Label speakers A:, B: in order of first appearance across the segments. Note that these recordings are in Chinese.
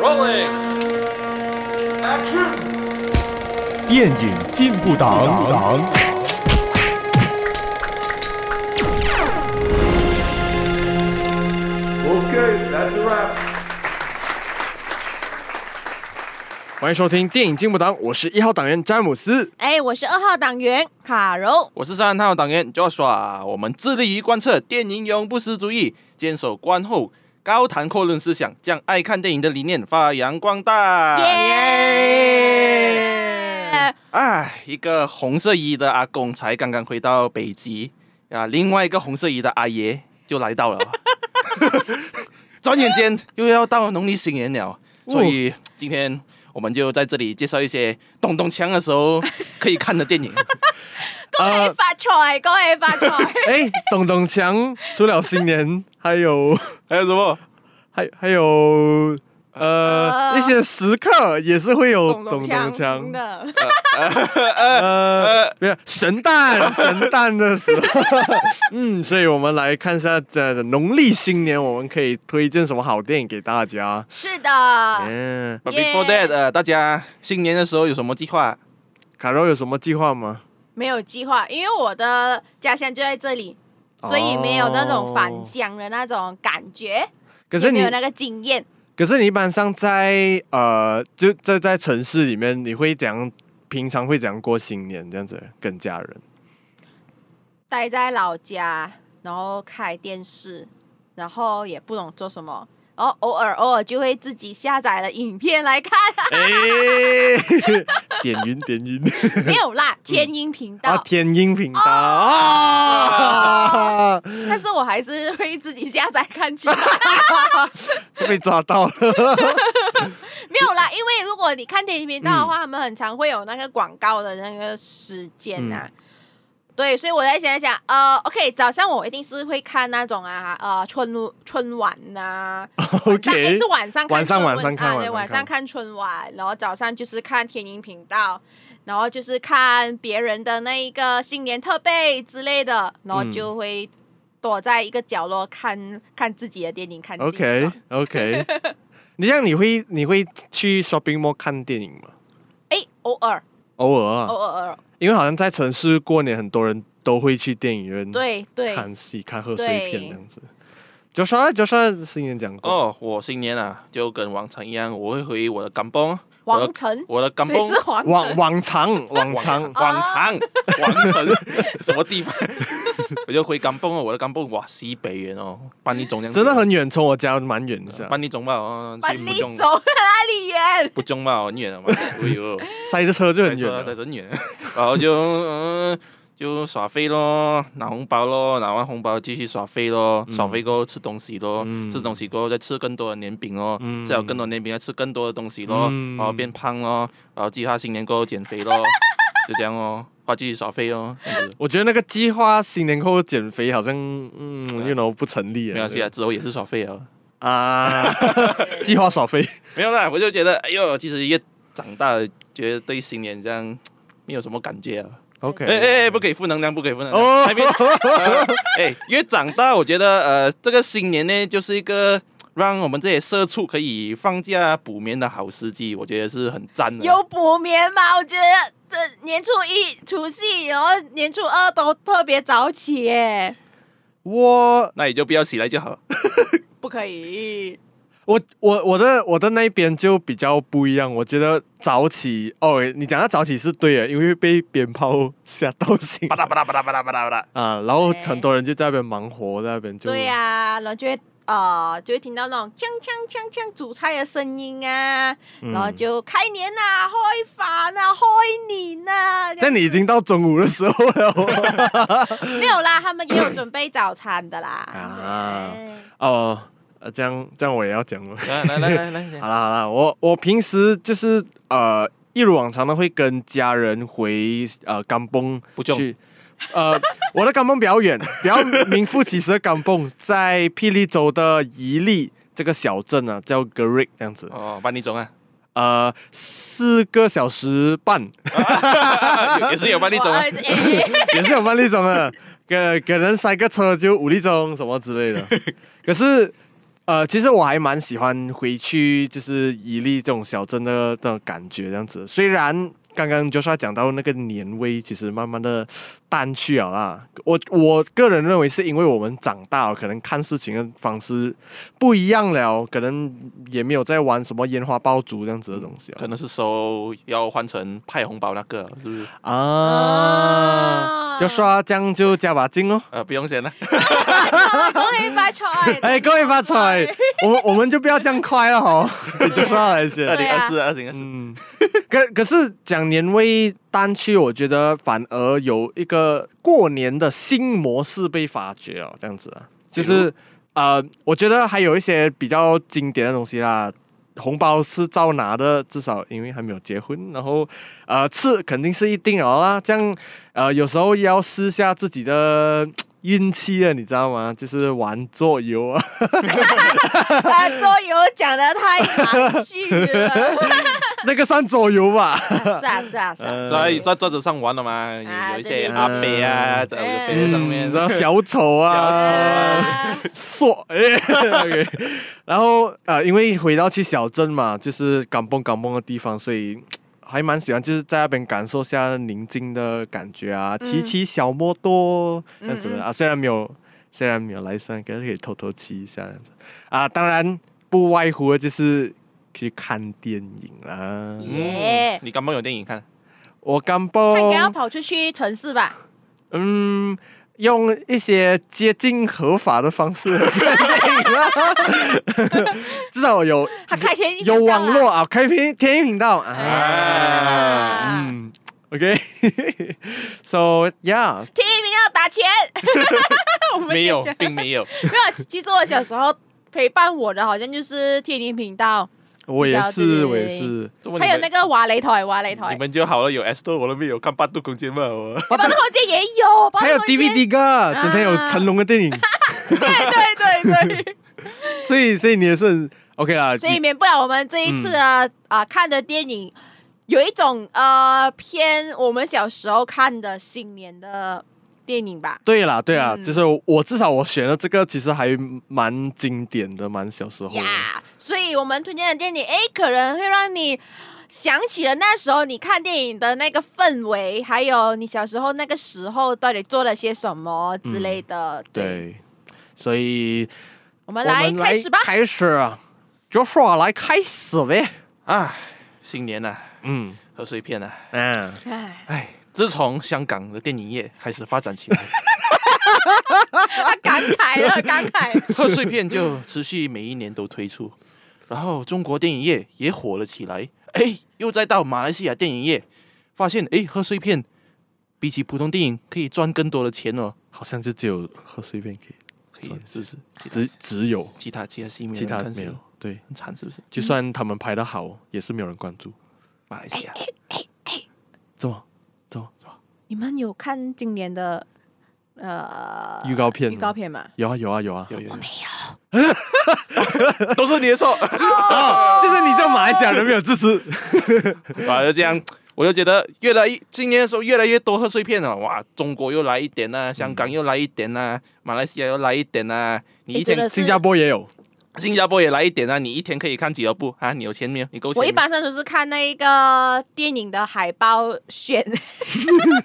A: rolling. Action.
B: 电影进步党。
A: Okay, that's a wrap.
C: 欢迎收听电影进步党，我是一号党员詹姆斯。
D: 哎，我是二号党员卡柔。
E: 我是三号党员 Joshua，我们致力于贯彻电影永不失主义，坚守观后高谈阔论思想，将爱看电影的理念发扬光
C: 啊
E: 大。
D: 耶！
E: 哎，一个红色衣的阿公才刚刚回到北极啊，另外一个红色衣的阿爷就来到了，转眼间又要到农历新年了，所以今天我们就在这里介绍一些咚咚锵的时候可以看的电影。
D: 恭喜发财，恭喜发 财！
C: 哎，咚咚锵，除了新年，还有
E: 还有什么？
C: 还还有呃
D: 呃
C: 一些时刻也是会有咚咚
D: 锵
C: 锵，
D: 的，
C: 呃，不是神 诞神诞的时候， 嗯，所以我们来看一下这农历新年我们可以推荐什么好电影给大家。
D: 是的。
C: 嗯，
E: But before
D: Yeah
E: that，呃，大家新年的时候有什么计划？
C: 卡柔有什么计划吗？
D: 没有计划，因为我的家乡就在这里，
C: 哦
D: 所以没有那种返乡的那种感觉，
C: 可
D: 也
C: 是
D: 没
C: 你
D: 有那个经验。
C: 可是你一般上在呃，就在在城市里面，你会怎样？平常会怎样过新年？这样子跟家人？
D: 待在老家，然后开电视，然后也不懂做什么，然后偶尔偶尔就会自己下载了影片来看，啊
C: 哎、点云点云
D: 没有啦，天音频道，
C: 啊，天音频道啊，
D: 但是我还是会自己下载看起来。
C: 被抓 到了。
D: 没有啦，因为如果你看电影频道
C: 嗯
D: 的话，他们很常会有那个广告的那个时间呐、
C: 嗯
D: 对，所以我在想一想，呃，OK，早上我一定是会看那种啊，呃，春春晚 呐、晚上
C: OK，
D: 是晚上看
C: 晚上
D: 春晚
C: 晚上看
D: 啊，对，
C: 晚
D: 晚
C: 上看
D: 上看春晚，然后早上就是看天音频道，然后就是看别人的那一个新年特备之类的，然后
C: 嗯
D: 就会躲在一个角落看看自己的电影，看自己爽
C: OK OK，你这样你会你会去 shopping mall 看电影吗？
D: 哎，偶尔
C: 偶尔啊，
D: 偶尔偶尔，
C: 因为好像在城市过年，很多人都会去电影院
D: 对对，
C: 嗯看戏、看贺岁片
D: 对
C: 这样子。Joshua Joshua 新年讲过
E: 哦，我新年啊，就跟往常一样，我会回我的港帮，我
D: 王
E: 的
D: 晨，
E: 我的港帮
D: 谁是哦王
C: 往
D: 晨？
C: 往常往常
E: 往哦常往城 什么地方？我就回港帮哦，我的港帮哇，西北远哦，班尼总这样子
C: 真的很远，从我家蛮远的，是吧
E: 班尼总吧哦，
D: 班
E: 去
D: 尼
E: 不中
D: 总哪里远？
E: 不中吧，很远了嘛，哎呦，
C: 塞着车就很远
E: 开车在
C: 了。
E: 很远， 然后就嗯。就耍飞咯，拿红包咯，拿完红包继续耍飞咯，耍飞过后吃东西咯，
C: 嗯
E: 吃东西过后再吃更多的年饼咯，
C: 嗯
E: 吃了更多年饼再吃更多的东西咯，
C: 嗯
E: 然后变胖咯，然后计划新年过后减肥咯， 就这样哦，话继续耍飞 哦，这样子
C: 我觉得那个计划新年后减肥好像，嗯，you know 不成立。
E: 没关系啊，之后也是耍飞啊，
C: 啊， 计划少飞。
E: 没有啦，我就觉得哎呦，其实越长大了，觉得对新年这样没有什么感觉啊。 哎
C: OK，
E: 哎哎，不给负能量，不给负能量。
C: 哦
E: 哦， 那边，呃哎，越长大，我觉得呃，这个新年呢，就是一个让我们这些社畜可以放假补眠的好时机，我觉得是很
C: 嗯
E: 赞的。
D: 有补眠吗？我觉得这年初一除夕，然后年初二都特别早起耶，
C: 我
E: 那你就不要起来就好。
D: 不可以。
C: 我我我的我的那边就比较不一样，我觉得早起哦，你讲到早起是对的，因为被鞭炮吓到醒
E: 吧嗒吧嗒吧嗒吧嗒吧嗒吧
C: 啊，然后
D: 对
C: 很多人就在那边忙活，在那边就
D: 对呀、然后就会呃，就会听到那种锵锵锵锵煮菜的声音啊，
C: 嗯
D: 然后就开年呐、开饭呐、开年呐、这
C: 在
D: 样
C: 你已经到中午的时候了哦。
D: 没有啦，他们也有准备早餐的啦。
C: 啊
D: 对
C: 哦，呃这样这样我也要讲了。
E: 嗒。来来来来来，
C: 好啦好啦，我我平时就是呃一如往常的会跟家人回呃甘崩
E: 不中
C: 去。呃，我的甘崩比较远，比较名副其实的甘崩，在霹雳州的宜利这个小镇啊，叫 g r i 这样子，
E: 哦，班尼总啊，
C: 呃，四个小时半，
E: 有也是有班尼总
D: 我
E: 啊
D: 儿。子 哎
C: 也是有半 粒钟的，可可能塞个车就五粒钟什么之类的。可是呃，其实我还蛮喜欢回去，就是伊利这种小镇的这种感觉，这样子。虽然刚刚 Joshua 讲到那个年味，其实慢慢的淡去了啦。我我个人认为是因为我们长大了，可能看事情的方式不一样了，可能也没有在玩什么烟花爆竹这样子的东西啊了
E: 可能是收要换成派红包那个，是不是？
C: 啊。Joshua 这样就加把劲咯。
E: 呃，不用钱了，
D: 恭喜发财！
C: 哎，各位发财！我们我们就不要这样快了吼， 你就说来先。
E: 二
D: 对
E: 零
D: 啊
E: 二四、二零二四，
C: 嗯， 可可是讲年味单去，我觉得反而有一个过年的新模式被发掘哦，这样子啊，就是呃，我觉得还有一些比较经典的东西啦。红包是照拿的，至少因为还没有结婚，然后呃吃肯定是一定了啦。这样呃有时候要试下自己的运气啊，你知道吗？就是玩桌游啊，
D: 他桌游讲的太含蓄了，
C: 那个算桌游吧。
D: 是啊是啊是啊，
E: 所以在桌子上玩了嘛，
D: 啊
E: 有有
D: 对
E: 一些
D: 对对
E: 阿伯啊，在
D: 嗯
E: 杯上面，
C: 然后小丑啊，
D: 啊
C: 硕，哎 OK 然后呃，因为回到去小镇嘛，就是港蹦港蹦的地方，所以还蛮喜欢，就是在那边感受下宁静的感觉啊，骑骑小摩托这样子的啊，虽然没有虽然没有来上，可是可以偷偷骑一下这样子啊，当然不外乎的就是去看电影啦。
D: 耶
E: 嗯，你刚刚有电影看？
C: 我港
D: 他哎应该要
C: 蹦，
D: 跑出去城市吧？
C: 嗯，用一些接近合法的方式 来看电影啦，至少我有
D: 他开天
C: 有网络啊，开篇天一频道啊，
D: 啊，嗯，
C: 嗯，OK，so yeah，
D: 天一频道打钱，
C: 嗯
D: 我们
E: 没有
D: 先，讲
E: 并没有。
D: 没有，其实我小时候陪伴我的好像就是天一频道，
C: 我也
D: 比
C: 是，
D: 较
C: 我也是，
D: 还有那
E: 个
D: 个瓦雷台，瓦雷台
E: 你，们就好了，有 S 多我都没有看八度空间嘛，我
D: 八度空间也有，八度
C: 还有
D: 空间
C: DVD
D: 啊
C: 噶，整天有成龙的 电影，
D: 对对对对，
C: 所以所以你也是很 OK 啦，
D: 所以免不了我们这一次
C: 嗯
D: 啊啊看的电影。有一种呃偏我们小时候看的新年的电影吧，
C: 对啦对啦，
D: 嗯
C: 就是我至少我选的这个其实还蛮经典的，蛮小时候的，
D: 呀所以我们推荐的电影，哎，可能会让你想起了那时候你看电影的那个氛围，还有你小时候那个时候到底做了些什么之类的。，
C: 嗯对，所以我
D: 我们来
C: 们
D: 开始吧。
C: 开始啊，就说来开始呗，
E: 啊，新年呐，
C: 嗯
E: 贺岁片呐，啊
C: 嗯，
D: 哎，
E: 哎，自从香港的电影业开始发展起 来，
D: 他 感慨了，感慨。
E: 贺岁片就持续每一年都推出，然后中国电影业也火了起来，哎，又再到马来西亚电影业，发现哎，贺岁片比起普通电影可以赚更多的钱哦，
C: 好像就只有贺岁片可以，
E: 可以是不是？
C: 只只有。
E: 其他其他戏没有
C: 其
E: 人
C: 他
E: 看
C: 没有
E: 是吗，
C: 对，
D: 嗯
E: 很惨是不是？
C: 就算他们拍的好，也是没有人关注。
E: 马来西亚
D: 哎
C: 怎么？怎么？
D: 你们有看今年的呃
C: 预告片吗
D: 预告片哦吗？
C: 有啊有啊有啊！
E: 有有我没有， 都是你的错。
C: 哦，就是你这马来西亚人没有支 持。
E: 啊，就这样，我就觉得越来越今年的时候越来越多贺岁片了，哇，中国又来一点呐、香
D: 嗯
E: 港又来一点呐、马来西亚又来一点呐、你
D: 哎
E: 一
D: 真
E: 天、
D: 的是
C: 新加坡也有，
E: 新加坡也来一点呐、啊你一天可以看几多部啊？你有钱没有？你够钱
D: 我
E: 没
D: 一
E: 有？
D: 般上都是看那一个电影的海报 选，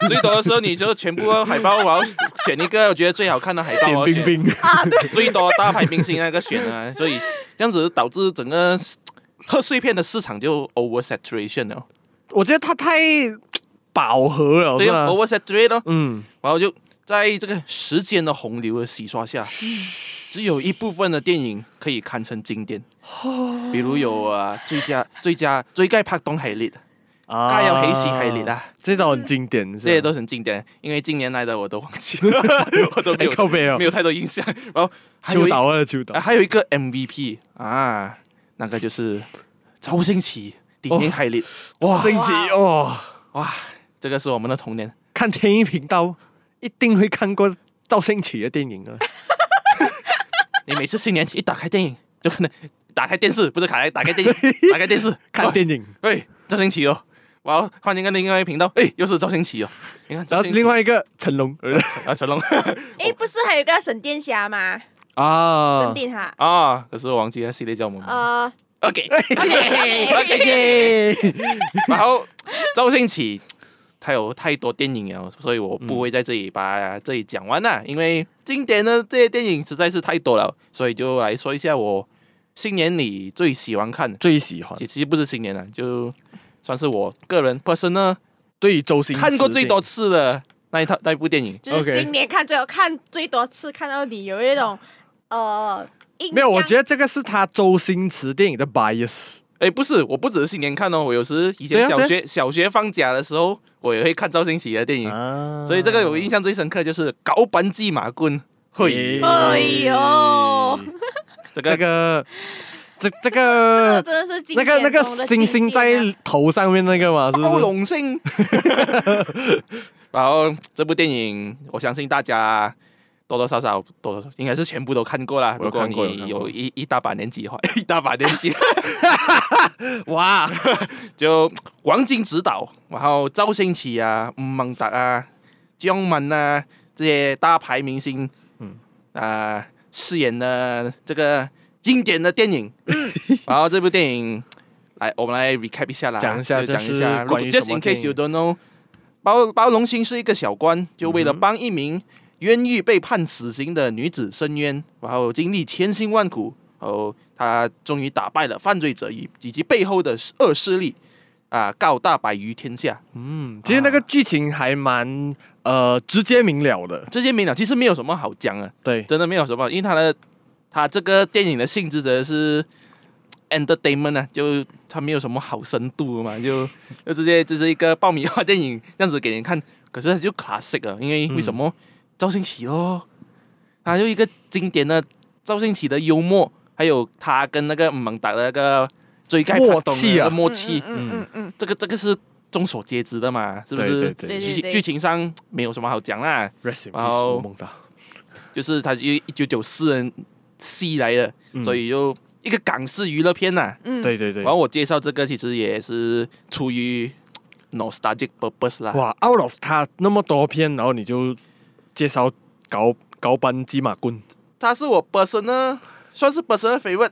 E: 最多的时候你就全部海报，我要选一个我觉得最好看的海报，
C: 点
E: 我
C: 冰
E: 要选
C: 冰。
E: 最多大牌明星那个选啊，所以这样子导致整个贺岁片的市场就 oversaturation
C: 哦
E: 了，
C: 我觉得他太饱和了，
E: 对
C: 是吧
E: ，oversaturate 咯。
C: 嗯，
E: 然后就在这个时间的洪流的洗刷下，只有一部分的电影可以堪称经典，
C: 哦
E: 比如有啊最佳最佳最佳拍档系列，
C: 啊
E: 加有喜事系列，啦，
C: 这都很经典，
E: 这些都很经典。因为近年来的我都忘记 了，我都没
C: 哎
E: 有
C: 靠背哦
E: 没，有太多印象。然后还有
C: 秋
E: 一
C: 岛啊秋岛
E: 啊，还有一个 MVP 啊，那个就是周星驰电影系
C: 哦
E: 列，
C: 哇，星期哦，
E: 哇，这个是我们的童年。
C: 看天一频道一定会看过赵星驰的电影啊。
E: 你每次新年一打开电影，就可能打开电视，不是打开打开 电影，打开电视
C: 看电影，
E: 喂，喂周星驰哦，我要换一个另外一个频道，哎，又是周星驰哦，你看，
C: 然后另外一个成龙，
E: 啊成龙，
D: 哎，不是还有一个沈殿霞吗？
C: 哦啊嗯
D: 镇，定哈。
E: 啊，可是我忘记那系列叫什么名字。
D: 呃，
E: OK，
D: 哎
C: 哎 OK，
E: 然后周星驰他有太多电影了，所以我不会在这里把这里讲完啦，因为经典的这些电影实在是太多了，所以就来说一下我新年里最喜欢看的，
C: 最喜欢
E: 其其实不是新年了，啊就算是我个人 personal
C: 对周星驰
E: 看过最多
C: 电
E: 次的那一套那一部电影。
D: 就是新
C: OK
D: 年看最后看最多次，看到你有一种呃印
C: 影
D: 象。
C: 没有，我觉得这个是他周星驰电影的 bias。
E: 哎，不是，我不只是新年看哦，我有时以
C: 对
E: 前
C: 啊
E: 小
C: 对啊
E: 学小学放假的时候，我也会看周星驰的电影，
C: 啊
E: 所以这个我印象最深刻就是《搞本鸡马棍》会。
D: 哎
C: 哎
D: 呦
E: 这个
C: 这个这这
D: 这
C: 个
D: 真的是经
C: 那个
D: 典
C: 那
D: 中的
C: 个星星在
D: 经典啊
C: 头上面那个嘛，是
E: 包
C: 不是？
E: 容性。 然后这部电影，我相信大家多多少少多多少应该是全部都看过啦。
C: 我有
E: 如果
C: 看过有
E: 你
C: 看过
E: 有一一大把年纪的话， 一大把年纪，
C: 哇，
E: 就王晶执导，然后周星驰啊、吴孟达啊、姜文啊这些大牌明星，嗯
C: 嗯
E: 啊、饰演的这个经典的电影。
C: 嗯
E: 然后这部电影，来我们来 recap 一下啦，
C: 讲一下
E: 就
C: 这
E: 讲一
C: 是
E: 下。如果
C: 关于
E: just
C: 什么
E: in
C: 电
E: case you don't know，包包龙星是一个小官，就
C: 嗯
E: 为了帮一名冤狱被判死刑的女子申冤，然后经历千辛万苦，然后他终于打败了犯罪者以以及背后的恶势力，啊，告大白于天下。
C: 嗯，其实那个剧情还蛮呃直接明了的，
E: 这些没了，其实没有什么好讲啊，
C: 对，
E: 真的没有什么，因为他的他这个电影的性质真的是 entertainment 啊，就他没有什么好深度的嘛， 就就直接就是一个爆米花电影这样子给人看。可是它就 classic 啊，因为为什么周星驰哦，他就一个经典的周星驰的幽默，还有他跟那个蒙达的那个追盖
C: 默契啊
E: 默契，
D: 嗯嗯嗯
E: 这个这个是众所皆知的嘛，是不
C: 对对
E: 是？
D: 对
C: 对
E: 剧情剧情上没有什么好讲啦，
C: ，rest in
E: 然
C: peace，
E: 后
C: 吴孟达，
E: 就是它一一九九四年 C 来的，
C: 嗯
E: 所以就一个港式娱乐片呐、
D: 嗯，
C: 对对对
E: 然，后我介绍这个其实也是出于 nostalgic purpose 啦。
C: 哇，out of 他那么多片，然后你就介绍高高班鸡马棍，
E: 它是我 personal 算是 personal favorite，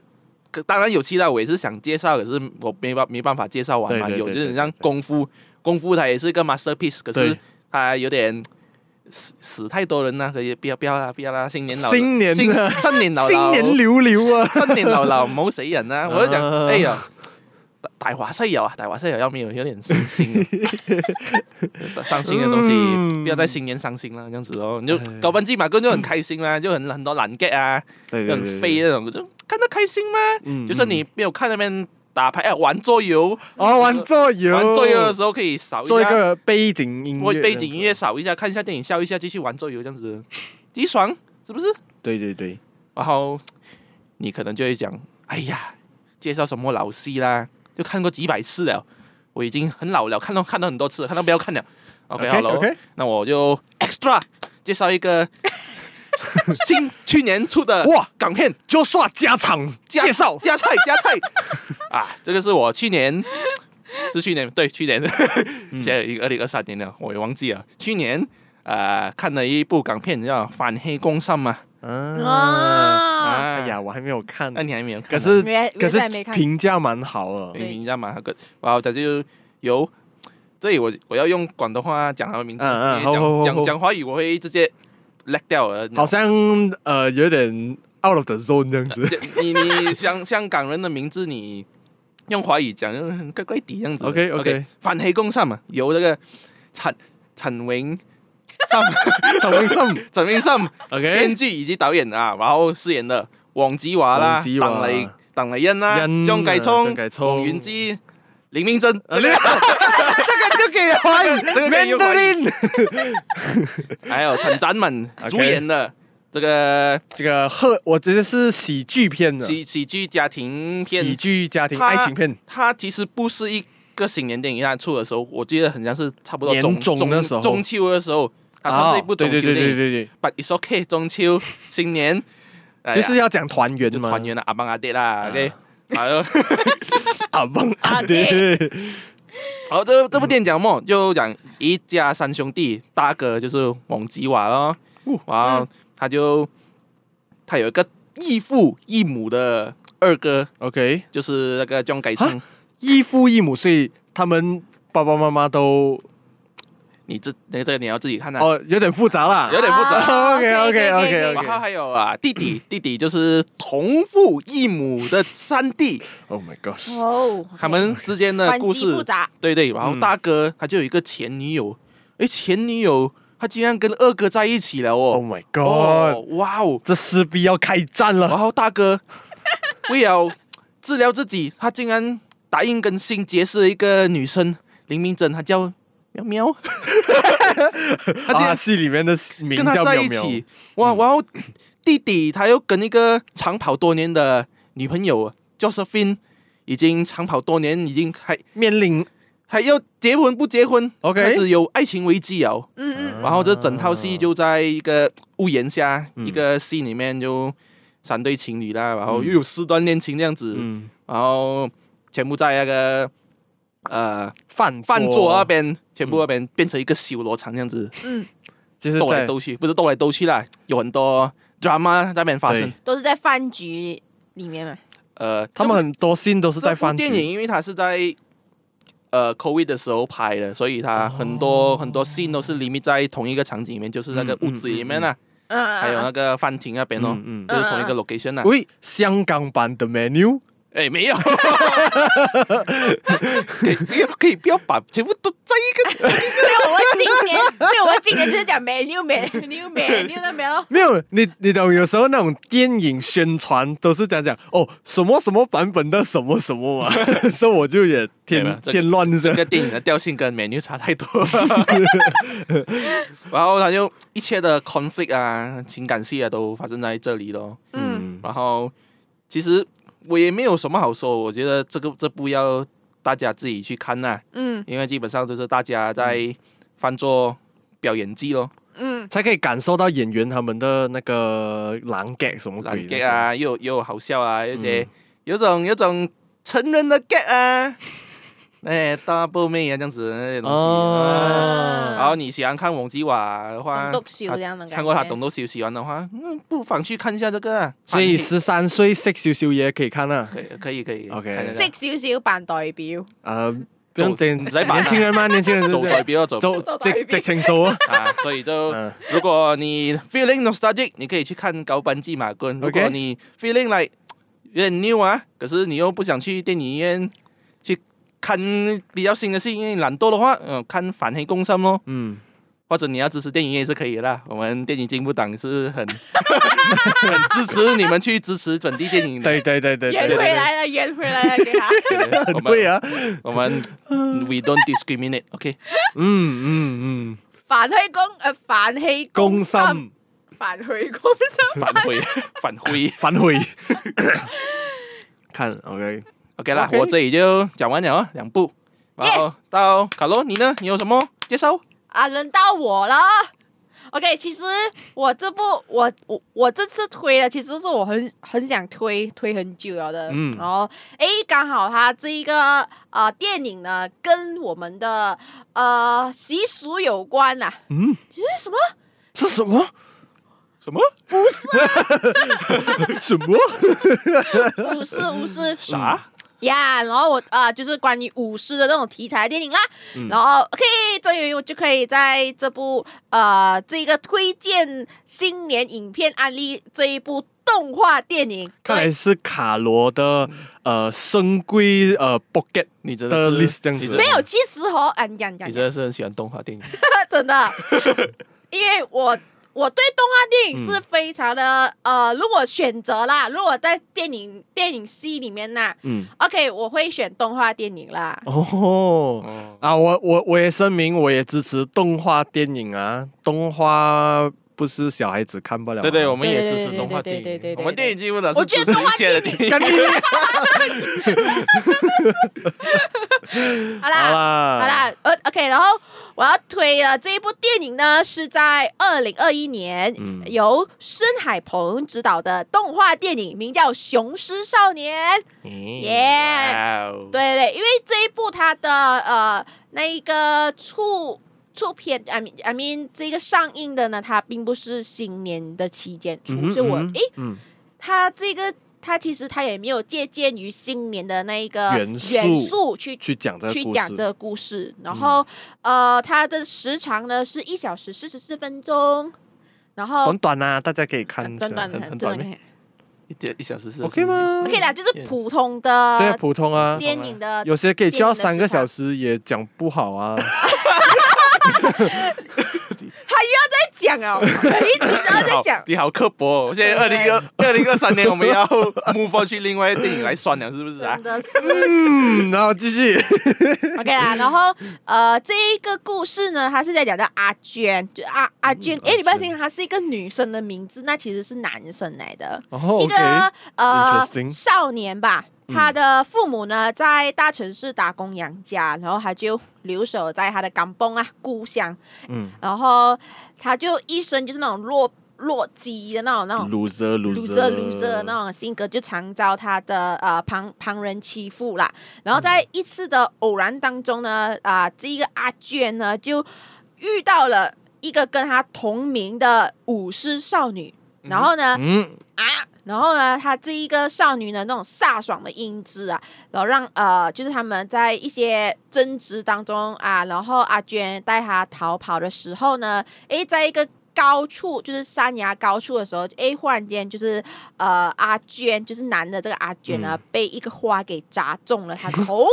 E: 可当然有其他我也是想介绍，可是我没办没办法介绍完嘛。
C: 对对对
E: 有就
C: 对
E: 是
C: 对
E: 像功夫，功夫它也是一个 masterpiece，可是
C: 对
E: 它有点。死死太多人啦，可以不要不要啦，不要啦！新年老
C: 新年
E: 新
C: 啊
E: 新年老哦
C: 新年流流 啊，
E: 新年流流唔好死 人啦！我都講，
C: 啊
E: 哎呀，大大話西遊啊，大話西遊有沒有有點傷心啊？傷心嘅東西，
C: 嗯
E: 不要在新年傷心啦，這樣子咯。你就
C: 哎
E: 搞本芝麻官就很開心啦，就很很多難 get 啊，
C: 对
E: 就很飛那種，就看得開心嗎？
C: 嗯
E: 就是你沒有看那邊打牌，哎，玩桌遊，
C: 哦，玩桌游，
E: 玩桌游的时候可以扫
C: 做
E: 一
C: 一
E: 下，
C: 个背景音
E: 我
C: 乐，
E: 背景音乐，扫一下，看一下電影，笑一下，繼續玩桌游，這樣子，幾爽，是不是？
C: 对对对，
E: 然后你可能就会讲：“哎呀，介绍什么老戏啦，就看过几百次了，我已经很老了，看到看到很多次了，看到不要看了。OK，, 好了
C: OK，
E: 那我就 extra 介绍一个新去年出的
C: 哇
E: 港片
C: 就刷家常
E: 加
C: 介绍，
E: 加菜加菜啊，这个是我去年。是去年对去年，
C: 嗯
E: 现在已经二零二三年了，我也忘记了。去年呃看了一部港片叫《反黑攻心》嘛，
C: 啊，
D: 啊，
E: 啊
C: 哎呀，我还没有看
E: 那、，你还没有看啊？
C: 可是
D: 原
C: 嗯可
D: 原
C: 是
D: 来没看
C: 评价蛮好啊的，
D: 对
E: 你知道吗？个，然后他就有，这里我我要用广东话讲他的名字，
C: 嗯嗯
E: 因为
C: 好好好
E: 讲讲
C: 好
E: 讲华语我会直接 lag 掉的。
C: 好像呃有点 out of the zone 这样 子。
E: 你你香香港人的名字你用华语讲就很怪怪的样子的。
C: OK，OK
E: 反黑攻上嘛，由这个陈陈永上
C: 陈永信
E: 陈永上编
C: ，OK，
E: 剧以及导演啊，然后饰演的黄子华啦
C: 黃、子華
E: 邓丽邓丽欣啦、
C: 欣
E: 张继
C: 啊
E: 聪、
C: 張繼聰
E: 王菀之、林明珍。
C: 啊你这个就给了华语
E: 这个可以用华语
C: Mandarin
E: 还有陈展敏
C: 哎 OK
E: 主演的这个
C: 这个贺，我觉得是喜剧片的，
E: 喜喜剧家庭
C: 喜
E: 片，
C: 剧家庭
E: 它
C: 爱情片，
E: 它其实不是一个新年电影，它出的时候，我记得很像是差不多中
C: 年中的时候
E: 中秋的时候，它算是一部
C: 哦
E: 中
C: 对
E: 秋
C: 对
E: 电
C: 对
E: 影。
C: 对对
E: But it's okay，中秋 新年，哎
C: 对，
E: 呀
C: 就是要啊讲团圆
E: 就
C: 嘛，
E: 团圆了，阿邦阿爹啦，OK。好， 然后
C: 啊忘啊
D: 啊对
C: 对，
E: 好这这部电影讲什么？就讲一家三兄弟，大哥就是王吉瓦咯，然后他就他有一个异父异母的二哥，
C: OK，
E: 就是那个江
C: 啊
E: 改成。
C: 异父异母，所以他们爸爸妈妈都
E: 你这那个你要自己看啊。
C: 哦有点复杂啦
E: 有。点复杂
D: 啊
C: OK，OK，OK，OK
E: 然后还有啊，弟弟，弟弟就是同父异母的三弟，
C: Oh my god，
D: 哦，
E: 他们之间的
D: 关
E: 故
D: 系复
E: 事，
D: 杂，
E: 对对。然后
C: 嗯
E: 大哥他就有一个前女友，诶，前女友他竟然跟二哥在一起了
C: Oh
E: 哦，
C: my
E: 哦
C: god，，
E: 哇哦！
C: 这势必要开战
E: 然
C: 了。
E: 后大哥 为了治疗自己，他竟然答应跟新结识了一个女生林明珍，她叫喵喵， 他竟
C: 啊，
E: 然
C: 戏里面的名
E: 跟她
C: 叫
E: 在
C: 喵
E: 一
C: 喵。
E: 起。哇！
C: 嗯
E: 然后 弟弟他又跟一个长跑多年的女朋友 Josephine，已经长跑多年，已经还
C: 面临
E: 还要结婚不结婚
C: OK
E: 开始有爱情危机了。
D: 嗯嗯，
E: 然后这整套戏就在一个屋檐下，
C: 嗯
E: 一个戏里面就三对情侣啦，然后又有四段恋情这样子。
C: 嗯
E: 然后全部在那个呃
C: 饭
E: 饭桌那，边，全
C: 嗯
E: 部那边变成一个修罗场这样子，
C: 就是
E: 斗来
C: 在
E: 斗去，不是斗来斗去啦，有很多 drama 在那边发生
C: 对。
D: 都是在饭局里面嘛。
E: 呃，
C: 他们很多信都
E: 这
C: 是
E: 部这
C: 在
E: 部
C: 饭
E: 电
C: 局。
E: 影，因为它是在呃 COVID 的时候拍的，所以它很多、
C: 哦
E: 很多 scene 都是 limit 在同一个场景里面，就是那个
C: 嗯
E: 屋子里面啊，
D: 嗯嗯，
E: 还有那
D: 嗯
E: 个饭厅那边哦，
C: 嗯嗯
E: 就是同一个 location 啊。
C: 喂，香港版的 menu
E: 哎，没有， 可以不要可以不要把全部都在一个
D: 所以我们今年，所以我们今年就是讲美妞美妞美妞那边咯。
C: 没有你，你懂？有时候那种电影宣传都是这样讲哦，什么什么版本的什么什么嘛， 所以我就也
E: 对
C: 添
E: 吧这个
C: 添乱
E: 这
C: 着。
E: 个电影的调性跟美女差太多，然后他就一切的 conflict 啊、情感戏啊都发生在这里咯。
D: 嗯，
E: 然后其实我也没有什么好说，我觉得这个这部要大家自己去看呐、
D: 嗯
E: 因为基本上就是大家在翻做表演技咯，
D: 嗯
C: 才可以感受到演员他们的那个狼 gag 什么
E: 烂
C: 鬼的嗯
E: get，啊，又有又有好笑啊，有些、有种有种成人的 get 啊， 哎，大波妹啊这样子那些东西。啊
D: 嗯
E: 然
C: 哦，
E: 后你喜欢看王吉瓦的话，
D: 懂得秀
E: 他
D: 这样的感觉
E: 啊看过他懂得秀喜欢的话，嗯，不妨去看一下这个啊。
C: 所以
E: 反
C: 十三岁识少少嘢可以看啊，
E: 正可以可以可以
C: OK
E: 看一下
D: 識少少扮代表，
C: 呃，不
E: 做
C: 用等
E: 唔使扮啊
C: 年轻人嘛，年轻人
E: 做代表做
C: 走
D: 做代
C: 直
D: 表
C: 直情做啊。
E: 啊，所以就
C: 嗯
E: 如果你 feeling nostalgic，你可以去看《高班骑马棍》；如
C: OK
E: 果你 feeling like 嗯有点 new 啊，可是你又不想去电影院去看比较新的戏，因为懒惰的话，嗯、看《反黑攻心》咯。
C: 嗯，
E: 或者你要支持电影业也是可以的啦。我们电影进步党是 很很支持你们去支持本地电影的。
C: 对对对对
D: 圆
C: 对，
D: 回来了，圆回来了，给 他。
E: 我们
C: 对啊，
E: 我们嗯 we don't discriminate，OK？、
C: 嗯嗯嗯，
D: 反去公，呃，反去
C: 攻
D: 心
C: 心，
D: 反去公心，
E: 反悔， 反悔
C: 反悔。看 OK，
E: ，OK 啦
C: OK
E: 我这里就讲完了啊，两部。然后
D: Yes
E: 到卡罗，你呢？你有什么介绍？
D: 啊，轮到我了。OK，其实我这部我我我这次推的其实是我很很想推推很久了的，
C: 嗯
D: 然后诶，刚好它这一个呃电影呢跟我们的呃习俗有关呐、
C: 嗯，
D: 其实什么
C: 是什么？
E: 什么？
C: 什么？
D: 武士武士
E: 啥？
D: 呀然后我啊、呃就是关于武士的那种题材的电影啦。然后 OK，终于我就可以在这部呃这个推荐新年影片案例这一部动画电影，
C: 看来
D: 对
C: 是卡罗的呃生龟呃 pocket
E: 你真
C: 的
E: 的是
C: list 这样
E: 你
C: 子
D: 没
E: 真的
D: 有，其实哦，嗯，讲讲
E: 你真的是很喜欢动画电影。
D: 啊真的，因为我我对动画电影是非常的、呃，如果选择啦，如果在电影电影系里面呐
C: 嗯，
D: ，OK，我会选动画电影啦。
C: 哦。
E: 哦，
C: 啊，我我我也声明，我也支持动画电影啊，动画不是小孩子看不了啊、
E: 对对，我们也
D: 对对
E: 支持动画电
D: 对对对对对
E: 影。
D: 对
E: 我们电影进步党
D: 我
E: 是
D: 觉
E: 支
D: 得
E: 持
D: 动
E: 一
D: 画
E: 切的
D: 电
E: 电影。
C: 好
D: 好啦，
C: 啦，
D: 好，
C: 啊
D: 啦，呃，OK，然后我要推的这一部电影呢，是在二零二一年、
C: 嗯
D: 由孙海鹏执导的动画电影，名叫《雄狮少年》。 耶、
E: 哇哦
D: 对对，因为这一部它的呃那一个触出片，I mean I mean 这个上映的呢，它并不是新年的期间出，
C: 嗯哼
D: 所以我
C: 嗯哼
D: 诶，
C: 嗯
D: 它这个它其实它也没有借鉴于新年的那一个
C: 元素
D: 素去
C: 去讲这个
D: 去
C: 故
D: 讲
C: 事
D: 这个故事。然后、呃，它的时长呢是一小时四十四分钟，然后
C: 短短啊，大家可以看一下，
D: 哦短短的，
E: 很
D: 真
E: 很
D: 的
E: 短
D: 可
E: 咩
D: 以
E: 一点一小时是
C: OK 吗？
D: OK 啦，就是
E: 也是。
D: 普通的
C: 对，普通啊，
D: 电呃影的
C: 有些可以叫
D: 电影的
C: 三个
D: 时长
C: 小时也讲不好 啊。
D: 还要再讲啊，一直都要再讲
E: 你好刻薄、哦！现在二零二二零二三 年，我们要 move on 去另外的电影来算了，是不是啊
D: 真？的是
C: 嗯，然后继续。
D: OK 啦，然后呃，这一个故事呢，它是在讲到阿娟，就阿阿娟，诶，你不要听，她是一个女生的名字，那其实是男生来的，
C: 哦
D: 一
C: ，OK，
D: 个呃
C: Interesting 嗯
D: 少年吧，他的父母呢在大城市打工养家，然后他就留守在他的港崩啊故乡，
C: 嗯
D: 然后他就一生就是那种弱弱鸡的那种那种
C: ，loser
D: loser loser 哦那种性格，就常遭他的呃旁旁人欺负啦。
C: 嗯
D: 然后在一次的偶然当中呢，啊、这一个阿娟呢就遇到了一个跟她同名的武士少女，然后呢、
C: 嗯，
D: 啊，然后呢，她这一个少女呢那种飒爽的英姿啊，然后让呃就是他们在一些争执当中啊，然后阿娟带她逃跑的时候呢，诶，在一个高处，就是山崖高处的时候，诶，忽然间就是呃，阿娟，就是男的这个阿娟呢，被一个花给砸中了他头，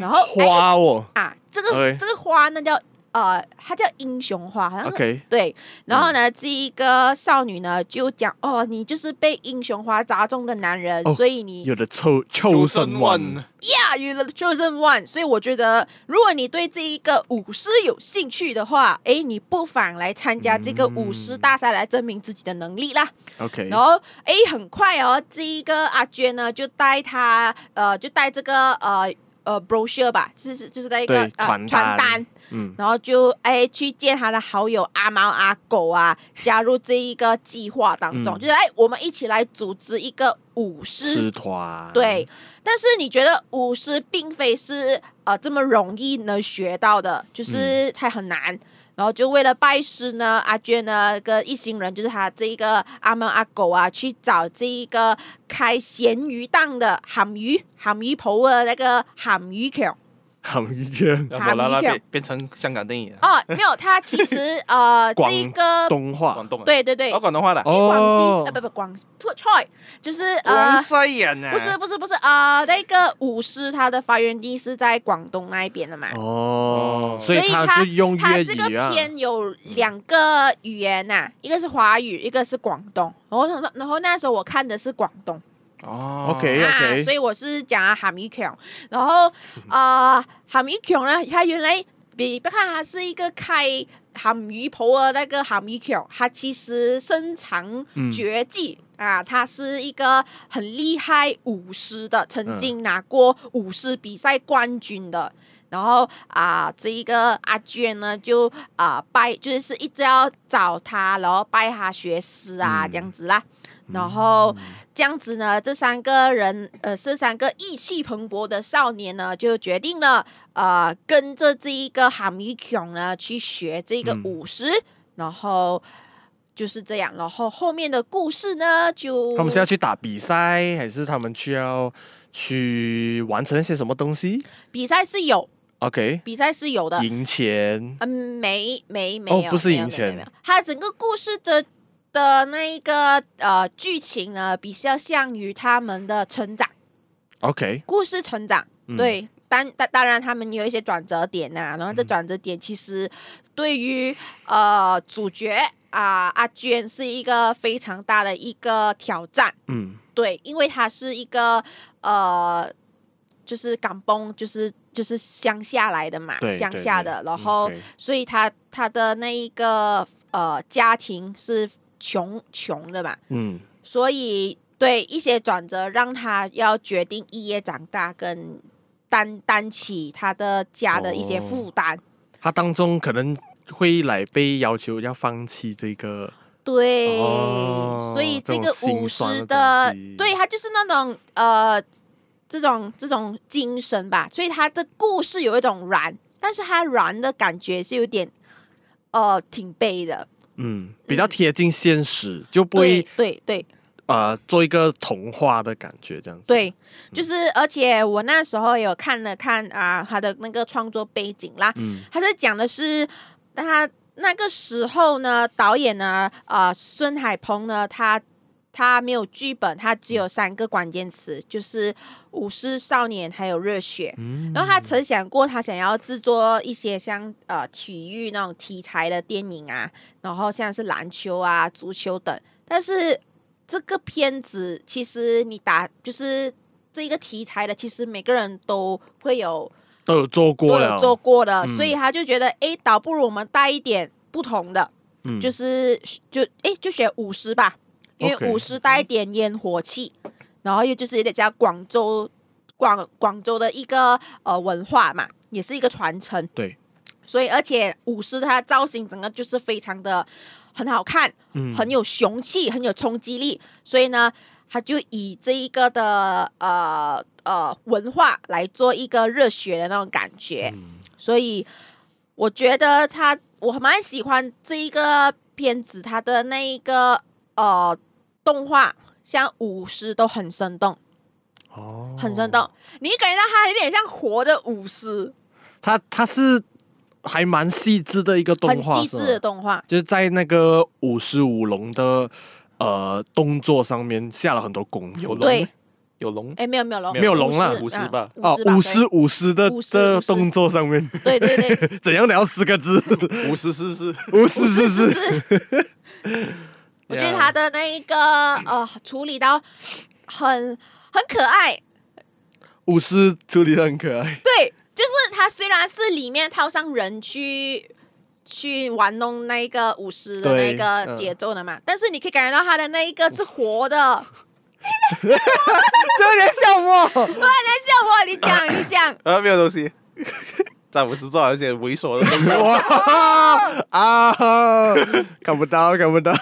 D: 然后诶
C: 花哦
D: 啊，这个
C: OK
D: 这个花呢叫呃，它叫英雄花，好像是
C: ，OK，
D: 对，然
C: 嗯
D: 后呢，这一个少女呢就讲哦，你就是被英雄花砸中的男人，
C: 哦
D: 所以你
C: 有的抽抽身万，
D: 驾驭了 chosen one。所以我觉得，如果你对这一个舞狮有兴趣的话，诶，你不妨来参加这个舞狮
C: 嗯
D: 大赛，来证明自己的能力啦。
C: ，OK，
D: 然后，诶，很快哦，这一个阿娟呢就带她呃，就带这个呃呃 brochure 吧，就是就是带一个
C: 对
D: 呃
C: 传单
D: 传单
C: 嗯，
D: 然后就哎去见他的好友阿猫阿狗啊， 加入这一个计划当
C: 嗯
D: 中，就是来我们一起来组织一个舞
C: 师
D: 狮。
C: 团，
D: 对，但是你觉得舞狮并非是呃这么容易能学到的，
E: 嗯
D: 就是它很难。然后就为了拜师呢，阿娟呢跟一行人，就是他这一个阿猫阿狗啊，去找这一个开咸鱼档的喊鱼喊鱼婆的那个喊鱼口。
C: 很远，
E: 然后啦啦
D: 哈密跳
E: 变变成香港电影啊，
D: 哦，没有，他其 实呃，这
C: 广
D: 一个
C: 动画
E: 广，东啊，
D: 对对对，
E: 哦，广东话的，
C: 哦
D: 广西呃不不广不错，就是呃
E: 广西人啊，
D: 不是不是不是呃那个舞狮它的发源地是在广东那一边的嘛，
C: 哦，所
D: 以
C: 他
D: 他
C: 就用
D: 它
C: 粤
D: 这个
C: 语啊，
D: 片有两个语言呐、一个是华语，一个是广东，然后那然后那时候我看的是广东。
E: 哦
C: OK 哎
D: 啊，所以我是讲啊哈密琼，然后呃，哈密琼呢，它原来比别看它是一个开哈密婆的那个哈密琼，它其实身藏
C: 嗯
D: 绝技。啊，他是一个很厉害舞狮的，曾经拿过舞狮比赛冠军的。然后啊、这一个阿娟呢，就啊、拜，就是一直要找他，然后拜他学师啊，
C: 嗯
D: 这样子啦。然后这样子呢，这三个人，呃，这三个意气蓬勃的少年呢，就决定了，呃，跟着这一个哈密琼呢去学这个
C: 嗯
D: 舞狮，然后就是这样，然后后面的故事呢，就
C: 他们是要去打比赛，还是他们需要去完成一些什么东西
D: 比赛是有，
C: ？OK，
D: 比赛是有的，
C: 赢钱，
D: 嗯，没没没
C: 哦
D: 有，
C: 不是
D: 没有
C: 赢
D: 没有没有
C: 钱
D: 没有它整个故事的的那一个呃剧情呢，比较像于他们的成长。
C: ，OK，
D: 故事成长，
C: 嗯
D: 对，当当当然他们有一些转折点呐、然后
C: 嗯
D: 这转折点其实对于呃主角啊、阿娟是一个非常大的一个挑战，
C: 嗯
D: 对，因为她是一个呃就是港崩，就是就是乡下来的嘛
C: 对，
D: 乡
C: 对
D: 下
C: 对
D: 的，然后
C: OK
D: 所以她她的那一个呃家庭是穷穷的嘛，
C: 嗯，
D: 所以对一些转折，让他要决定一夜长大跟担担起他的家的一些
C: 哦
D: 负担。
C: 他当中可能会来被要求要放弃这个，
D: 对，
C: 哦
D: 所以
C: 这
D: 这
C: 种
D: 个
C: 心
D: 舞
C: 酸
D: 狮
C: 的
D: 的
C: 东西，
D: 对他就是那种呃，这种这种精神吧。所以他的故事有一种燃，但是他燃的感觉是有点呃挺悲的，
C: 嗯，比较贴近现实，就不会
D: 对对对
C: 呃做一个童话的感觉这样子。嗯
D: 对，就是而且我那时候有看了看啊、他的那个创作背景啦，
C: 嗯
D: 他是讲的是他那个时候呢，导演呢，呃，孙海鹏呢，他他没有剧本，他只有三个关键词，就是舞狮少年还有热血。
C: 嗯
D: 然后他曾想过，他想要制作一些像呃体育那种题材的电影啊，然后像是篮球啊、足球等。但是这个片子其实你打就是这个题材的，其实每个人都会有
C: 都有做过
D: 都
C: 了，
D: 有做过的，
C: 嗯
D: 所以他就觉得，哎，倒不如我们带一点不同的，
C: 嗯
D: 就是就哎就选舞狮吧，因为
C: OK
D: 舞狮带一点烟火气，然后又就是有点加广州广广州的一个呃文化嘛，也是一个传承。
C: 对，
D: 所以而且舞狮它的造型整个就是非常的很好看，
C: 嗯
D: 很有雄气，很有冲击力，所以呢，他就以这一个的呃呃文化来做一个热血的那种感觉，
C: 嗯
D: 所以我觉得他我蛮喜欢这一个片子，它的那一个呃动画。像舞狮都很生动，
C: 哦
D: 很生动，你感觉到它有点像活的舞狮，
C: 它它是还蛮细致的一个动
D: 很
C: 画，
D: 细致
C: 是
D: 的
C: 吗
D: 动画。
C: 就是在那个舞狮舞龙的呃动作上面下了很多功夫。
E: 有龙
D: 对
E: 咩，有龙，
D: 哎，没有没有龙，
C: 没有龙啦
E: 舞狮
D: 啊
E: 吧
C: 哦，舞
D: 舞
C: 狮
D: 狮吧
C: 舞狮的
D: 舞狮
C: 的
D: 舞狮
C: 动作上面，
D: 对对对 对，
C: 怎样聊四个 字？
E: 五十四是
C: 舞狮是是，
D: 我觉得他的那一个呃处理到很很可爱，
C: 舞狮处理的很可 爱。
D: 对，就是他虽然是里面套上人去去玩弄那一个舞狮的
C: 对嗯
D: 那个节奏的嘛，但是你可以感觉到他的那一个是活的。
C: 这点笑我，
D: 不然像我，你讲你讲，
E: 啊，没有东西。 詹姆斯做了一些猥琐的动 作，
C: 哇啊！看不到，看不到。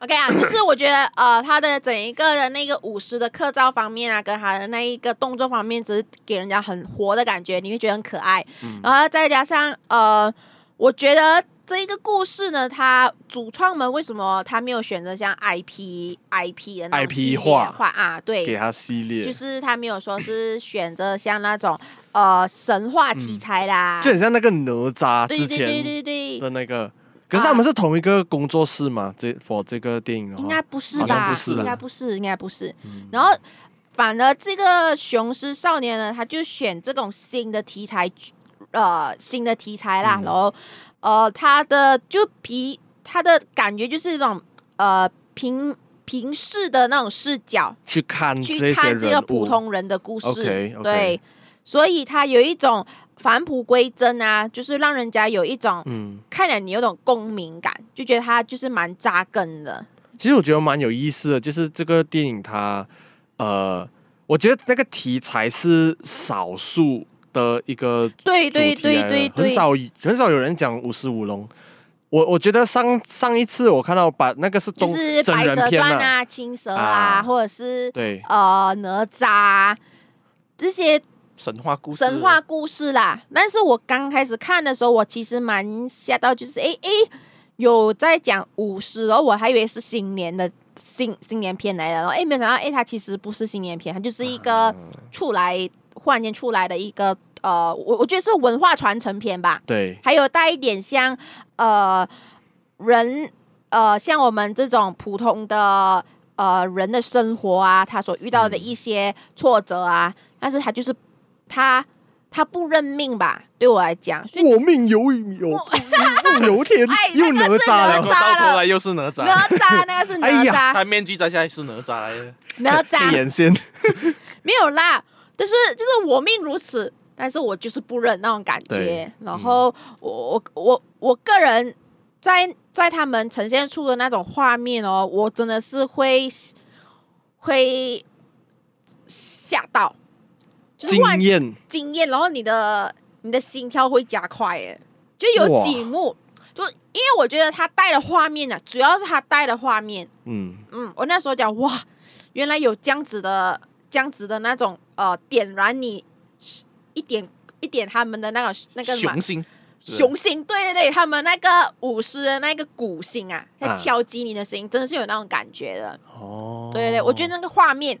D: OK 啊，就是我觉得呃，他的整一个的那个舞狮的刻造方面啊，跟他的那一个动作方面，只是给人家很活的感觉，你会觉得很可爱。
C: 嗯
D: 然后再加上呃，我觉得这一个故事呢，他主创们为什么他没有选择像 IP IP 的那种
C: IP
D: 系列
C: 化
D: 画啊？
C: 给
D: 对，
C: 他系列，
D: 就是他没有说是选择像那种呃神话题材啦，
C: 就很像那个哪吒
D: 啊对
C: 嗯啊之
D: 对对
C: 前
D: 对对，
C: 的那个。可是他们是同一个工作室嘛？这 for 这个电影的话，
D: 应该不是
C: 好像
D: 吧？
C: 不是啊嗯
D: 应该不是，应该不是。然后，反而这个雄狮少年呢，他就选这种新的题材，呃，新的题材
C: 嗯
D: 啦。然后，呃，他的就皮，他的感觉就是那种呃平平视的那种视角
C: 去看
D: 去
C: 嗯这些
D: 看这个
C: 人
D: 普
C: 物，
D: 通人的故事。
C: OK，OK
D: 对，所以他有一种返璞归真啊，就是让人家有一种、
C: 嗯，
D: 看了你有种共鸣感，就觉得他就是蛮扎根的。
C: 其实我觉得蛮有意思的，就是这个电影它，呃，我觉得那个题材是少数的一个
D: 对
C: 主题
D: 哎对对
C: 来的
D: 对对，
C: 很少很少有人讲舞狮舞龙。我我觉得上上一次我看到把那个是
D: 就
C: 中
D: 是《
C: 真
D: 白
C: 人
D: 蛇
C: 片
D: 传》
C: 嘛，
D: 啊、青蛇
C: 啊
D: 啊，或者是
C: 对，
D: 呃哪吒啊这些
E: 神话故事，
D: 神话故事啦。但是我刚开始看的时候，我其实蛮吓到，就是诶诶，有在讲舞狮，然后我还以为是新年的新新年片来的，然后诶没想到诶它其实不是新年片，它就是一
C: 啊
D: 个出来忽然间出来的一个呃，我我觉得是文化传承片吧。
C: 对，
D: 还有带一点像呃人呃像我们这种普通的呃人的生活啊，他所遇到的一些挫折啊，但是他就是他他不认命吧，对我来讲，所以
C: 我命由由不由天
D: 哦 哎，
C: 又哪
D: 那个是
C: 吒
E: 然
C: 了
E: 后
D: 哪，吒
E: 到
D: 了
E: 头来又是哪吒，
D: 哪吒那个是哪
C: 哎呀
D: 吒，
E: 他面具摘下来是哪吒来的，
D: 哪
C: 黑
D: 吒
C: 眼线，
D: 没有啦，就是就是我命如此，但是我就是不认那种感觉
C: 对。嗯
D: 然后我、我我我个人在在他们呈现出的那种画面哦，我真的是会会吓到，就是
C: 惊
D: 忽然
C: 艳，
D: 惊艳，然后你的你的心跳会加快，哎，就有
C: 哇
D: 几幕，就因为我觉得他带的画面啊，主要是他带的画面，
C: 嗯，
D: 嗯，我那时候讲哇，原来有这样子的、这样子的那种呃，点燃你一点一点他们的那个那个什么
E: 雄心
D: 雄心，对对对，他们那个舞狮的那个鼓心啊，在
C: 啊
D: 敲击你的声音，真的是有那种感觉的。
C: 哦，
D: 对对对，我觉得那个画面，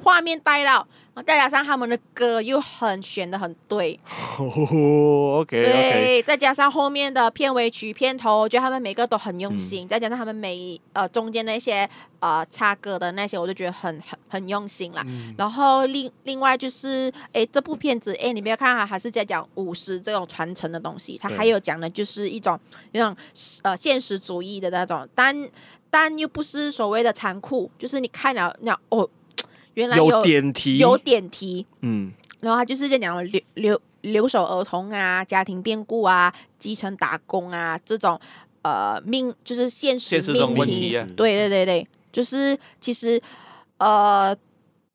D: 画面带到，然后再加上他们的歌又很选的很对，
C: 哦，OK OK，
D: 对，再加上后面的片尾曲、片头，我觉得他们每个都很用
C: 嗯
D: 心，再加上他们每呃中间那些呃插歌的那些，我就觉得很很很用心啦。
C: 嗯
D: 然后另另外就是，诶，这部片子，诶，你没有看啊，还是在讲舞狮这种传承的东西，它
C: 对
D: 还有讲的就是一种那种呃现实主义的那种，但但又不是所谓的残酷，就是你看了那哦，原来有
C: 有点题，
D: 有点题，
C: 嗯，
D: 然后他就是在讲留留留守儿童啊、家庭变故啊、基层打工啊这种呃命，就是现实
E: 现实
D: 命
E: 中
D: 题。
E: 问题啊，
D: 对对对对，就是其实呃，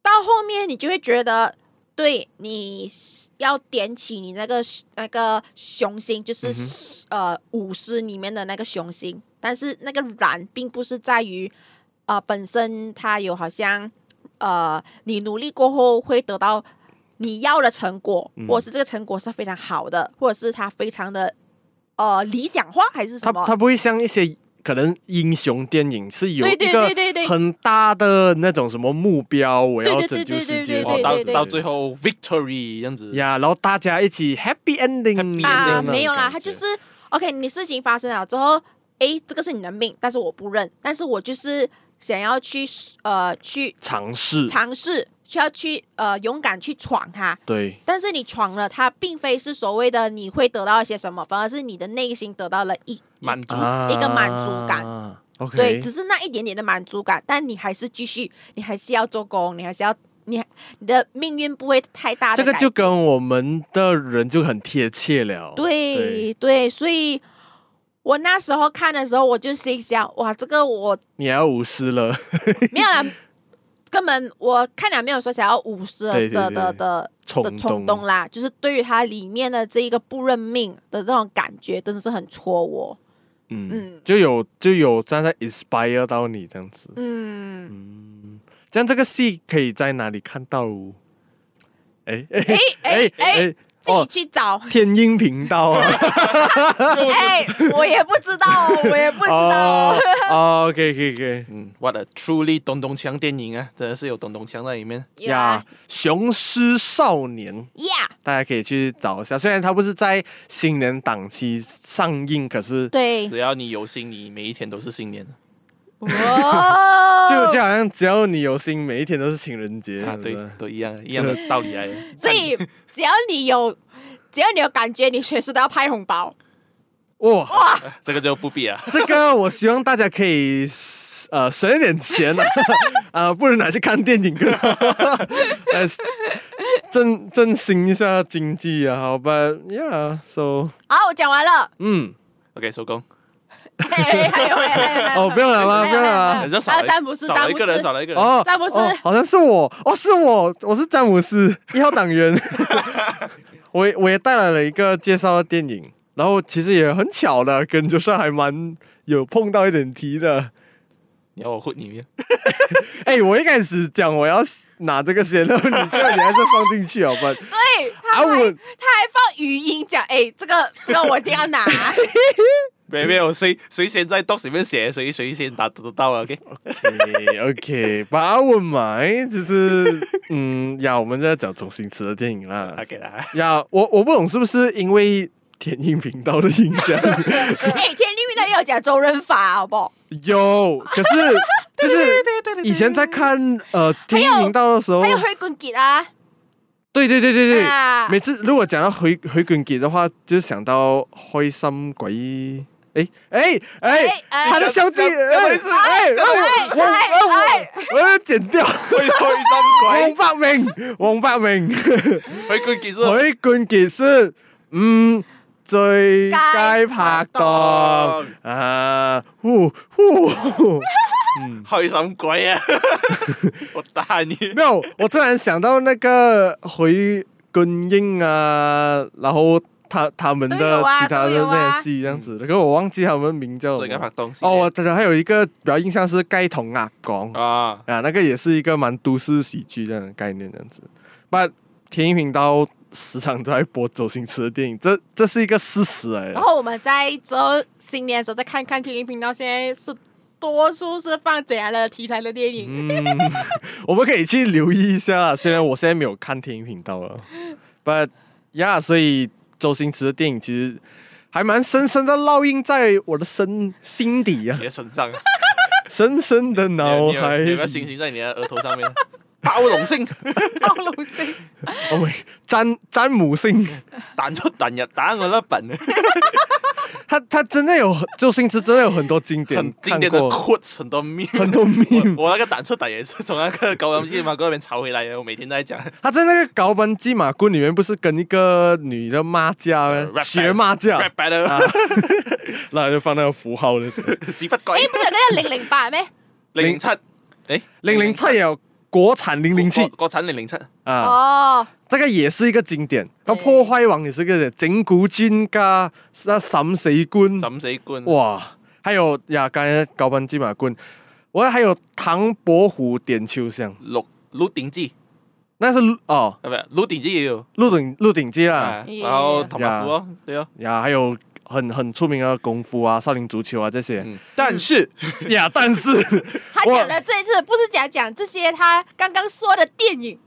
D: 到后面你就会觉得，对你是要点起你那个那个雄心，就是、
E: 嗯
D: 呃舞狮里面的那个雄心，但是那个燃并不是在于呃本身它有好像呃你努力过后会得到。你要的成果，
C: 嗯
D: 或者是这个成果是非常好的，或者是它非常的呃理想化，还是
C: 它
D: 什么？
C: 它不会像一些可能英雄电影是有
D: 对
C: 一
D: 对
C: 个
D: 对对对
C: 很大的那种什么目标，欸我要
D: 对对
C: 拯救
D: 对对
C: 世
D: 对
C: 界，
D: 对
E: 哦
D: 对，
E: 到
D: 对对
E: 到最后 victory 这样子，
C: 呀，然后大家一起 happy ending
E: Happy
C: 那
D: 啊，
C: 种
D: 没有啦，
C: 感
D: 他就
C: 觉
D: 是 OK，你事情发生了之后，诶，这个是你的命，但是我不认，但是我就是想要去呃去
C: 尝试，
D: 尝试，需要去呃勇敢去闯它。
C: 对，
D: 但是你闯了它，并非是所谓的你会得到一些什么，反而是你的内心得到了一一
E: 满足
D: 一个满足感
C: 啊。OK，
D: 对，只是那一点点的满足感，但你还是继续，你还是要做工，你还是要你你的命运不会太大
C: 这
D: 的
C: 个
D: 改
C: 就跟我们的人就很贴切了。
D: 对对，所以我那时候看的时候，我就心想，哇，这个我
C: 你要无私了，
D: 没有啦，根本我看了没有说想要五十的
C: 对对
D: 的
C: 对
D: 的的
C: 冲
D: 的
C: 动
D: 冲动啦，就是对于它里面的这一个不认命的那种感觉，真的是很戳我。
C: 嗯
D: 嗯
C: 就有就有站在 inspire 到你这样子。
D: 嗯，
C: 这样这个戏可以在哪里看到哦？哎哎
D: 哎哎，自己
C: 哦，
D: 去找，
C: 天鹰频道啊！
D: 哎，我也不 知道哦，我也不知道
C: 哦
D: 哦。
C: 哦，OK OK OK，
E: 嗯，what a truly 咚咚锵电影啊，真的是有咚咚锵在里面。
C: 呀，雄狮少年。
D: 呀，
C: 大家可以去找一下，虽然它不是在新年档期上映，可是
D: 对，
E: 只要你有心，你每一天都是新年
D: 哇
C: 就就好像只要你有心，每一天都是情人节
E: 啊，
C: 是不
E: 对
C: 是，
E: 都一样一样的道理来啊 的。
D: 所以只要你有，只要你有感觉，你随时都要拍红包。
C: 哇，
E: 这个就不必啊，
C: 这个我希望大家可以呃省一点钱啊， 啊，不如拿去看电影更好， 呃，振振兴一下经济啊，好吧，Yeah，so，
D: 好，我讲完了。
C: 嗯，
E: OK，收工。
D: 嘿嘿还有还有还有还有
C: 哦，不用了吗？不用了
D: 还
C: 吗
D: 有？
E: 这少
D: 还
E: 了
D: 有啊詹姆斯
E: 少了一个
D: 詹姆
E: 人，
D: 斯
E: 少了一个人。
C: 哦，
D: 詹姆斯
C: 哦，好像是我，哦，是我，我是詹姆斯一号党员， 我也我也带来了一个介绍的电影，然后其实也很巧的，跟就是还蛮有碰到一点题的，
E: 你要我混里面？
C: 哎、我一开始讲我要拿这个先， 然后你这个你还是放进去好吧？
D: 对，他
C: 啊，
D: 还
C: 我
D: 他还放语音讲，哎，这个这个我一定 要拿。哎
E: 没没有，谁谁先在 docs 里面写，谁谁先打得到啊？OK，
C: OK，把我买就是 嗯呀，我们在讲周星驰的电影啦。
E: 他给他。
C: 呀，我我不懂是不是因为天音频道的影 响
D: 哎，天地运的要讲周润发，好不好？
C: 有，可 是就是以前在看呃天音频道的时候
D: 还，有灰棍杰啊，
C: 对对对对对
D: 啊，
C: 每次如果讲到回回滚杰的话，就想到开心鬼。哎哎哎
D: 哎，哎
C: 他的兄弟，
E: 这这
C: 哎
E: 回事
C: 哎，我我
D: 哎
C: 我我要剪掉。
E: 去去
C: 王百明，王百明，
E: 心鬼，去佢
C: 許冠傑是嗯最佳拍檔啊！呼呼，
E: 其實去心鬼啊！ 我打你！
C: 没有，我突然想到那个回根英啊，然后他他们
D: 都
C: 的
D: 有啊
C: 其他
D: 都
C: 的
D: 有啊
C: 那些戏这样子，可是我忘记他们名叫
E: 最
C: 什
E: 近拍
C: 么。
E: 東西
C: 哦，我等等还有一个比较印象是雞同鴨講。
E: 啊，
C: 啊，那个也是一个蛮都市喜剧这样的概念，这样子。把天音频道时常都在播周星驰的电影，这这是一个事实 哎、
D: 然后我们在周新年的时候再看看听音频道，现在是多数是放怎样的题材的电影？
C: 嗯，我们可以去留意一下。虽然我现在没有看电影频道了，but 呀、yeah,，所以周星驰的电影其实还蛮深深的烙印在我的身心底啊
E: 你，的身上，
C: 深深的脑
E: 你有
C: 海
E: 你有
C: 里
E: 有。个星星在你的额头上面， 包容性，
D: 暴露 性，
C: 哦喂，詹詹姆星，
E: 弹出弹入，打我那本，
C: 他他真的有周星驰真的有很多经典，
E: 很经典的
C: 看过
E: quotes，很多 meme。
C: 很多 meme。
E: 我那 个胆出胆也是从那个高粱鸡马哥那边抄回来的，我每天都在 讲。
C: 他在那个高班鸡马棍里面不是跟一个女的骂架吗？
E: rap
C: 学啊骂架，
E: rap battle，
C: 然后就放那个符号的 时候。
E: 屎忽
C: 哦
D: 哎，
E: 鬼
D: 不是有那个零零 八咩？
E: 零七，诶，
C: 零零七有国产零零七
E: 国哦国产零零七，
C: 啊，
D: 哦，
C: 这个也是一个经典。那
D: 对
C: 破坏王也是个整蛊君加那闪谁棍，
E: 什死官？
C: 哇，还有呀，刚才高班鸡马棍，我还有唐伯虎点秋香，
E: 鹿鹿鼎记
C: 那是哦
E: 啊，不是鹿鼎记也有，
C: 《鹿鼎鹿鼎记》啦
E: 啊，然后
D: Yeah
E: 唐伯虎哦，对哦。
C: 呀，还有。很很出名的功夫啊，少林足球啊这些
E: 嗯，但是
C: 呀，但是
D: 他
C: 我
D: 讲的这一次不是讲讲这些他刚刚说的电影，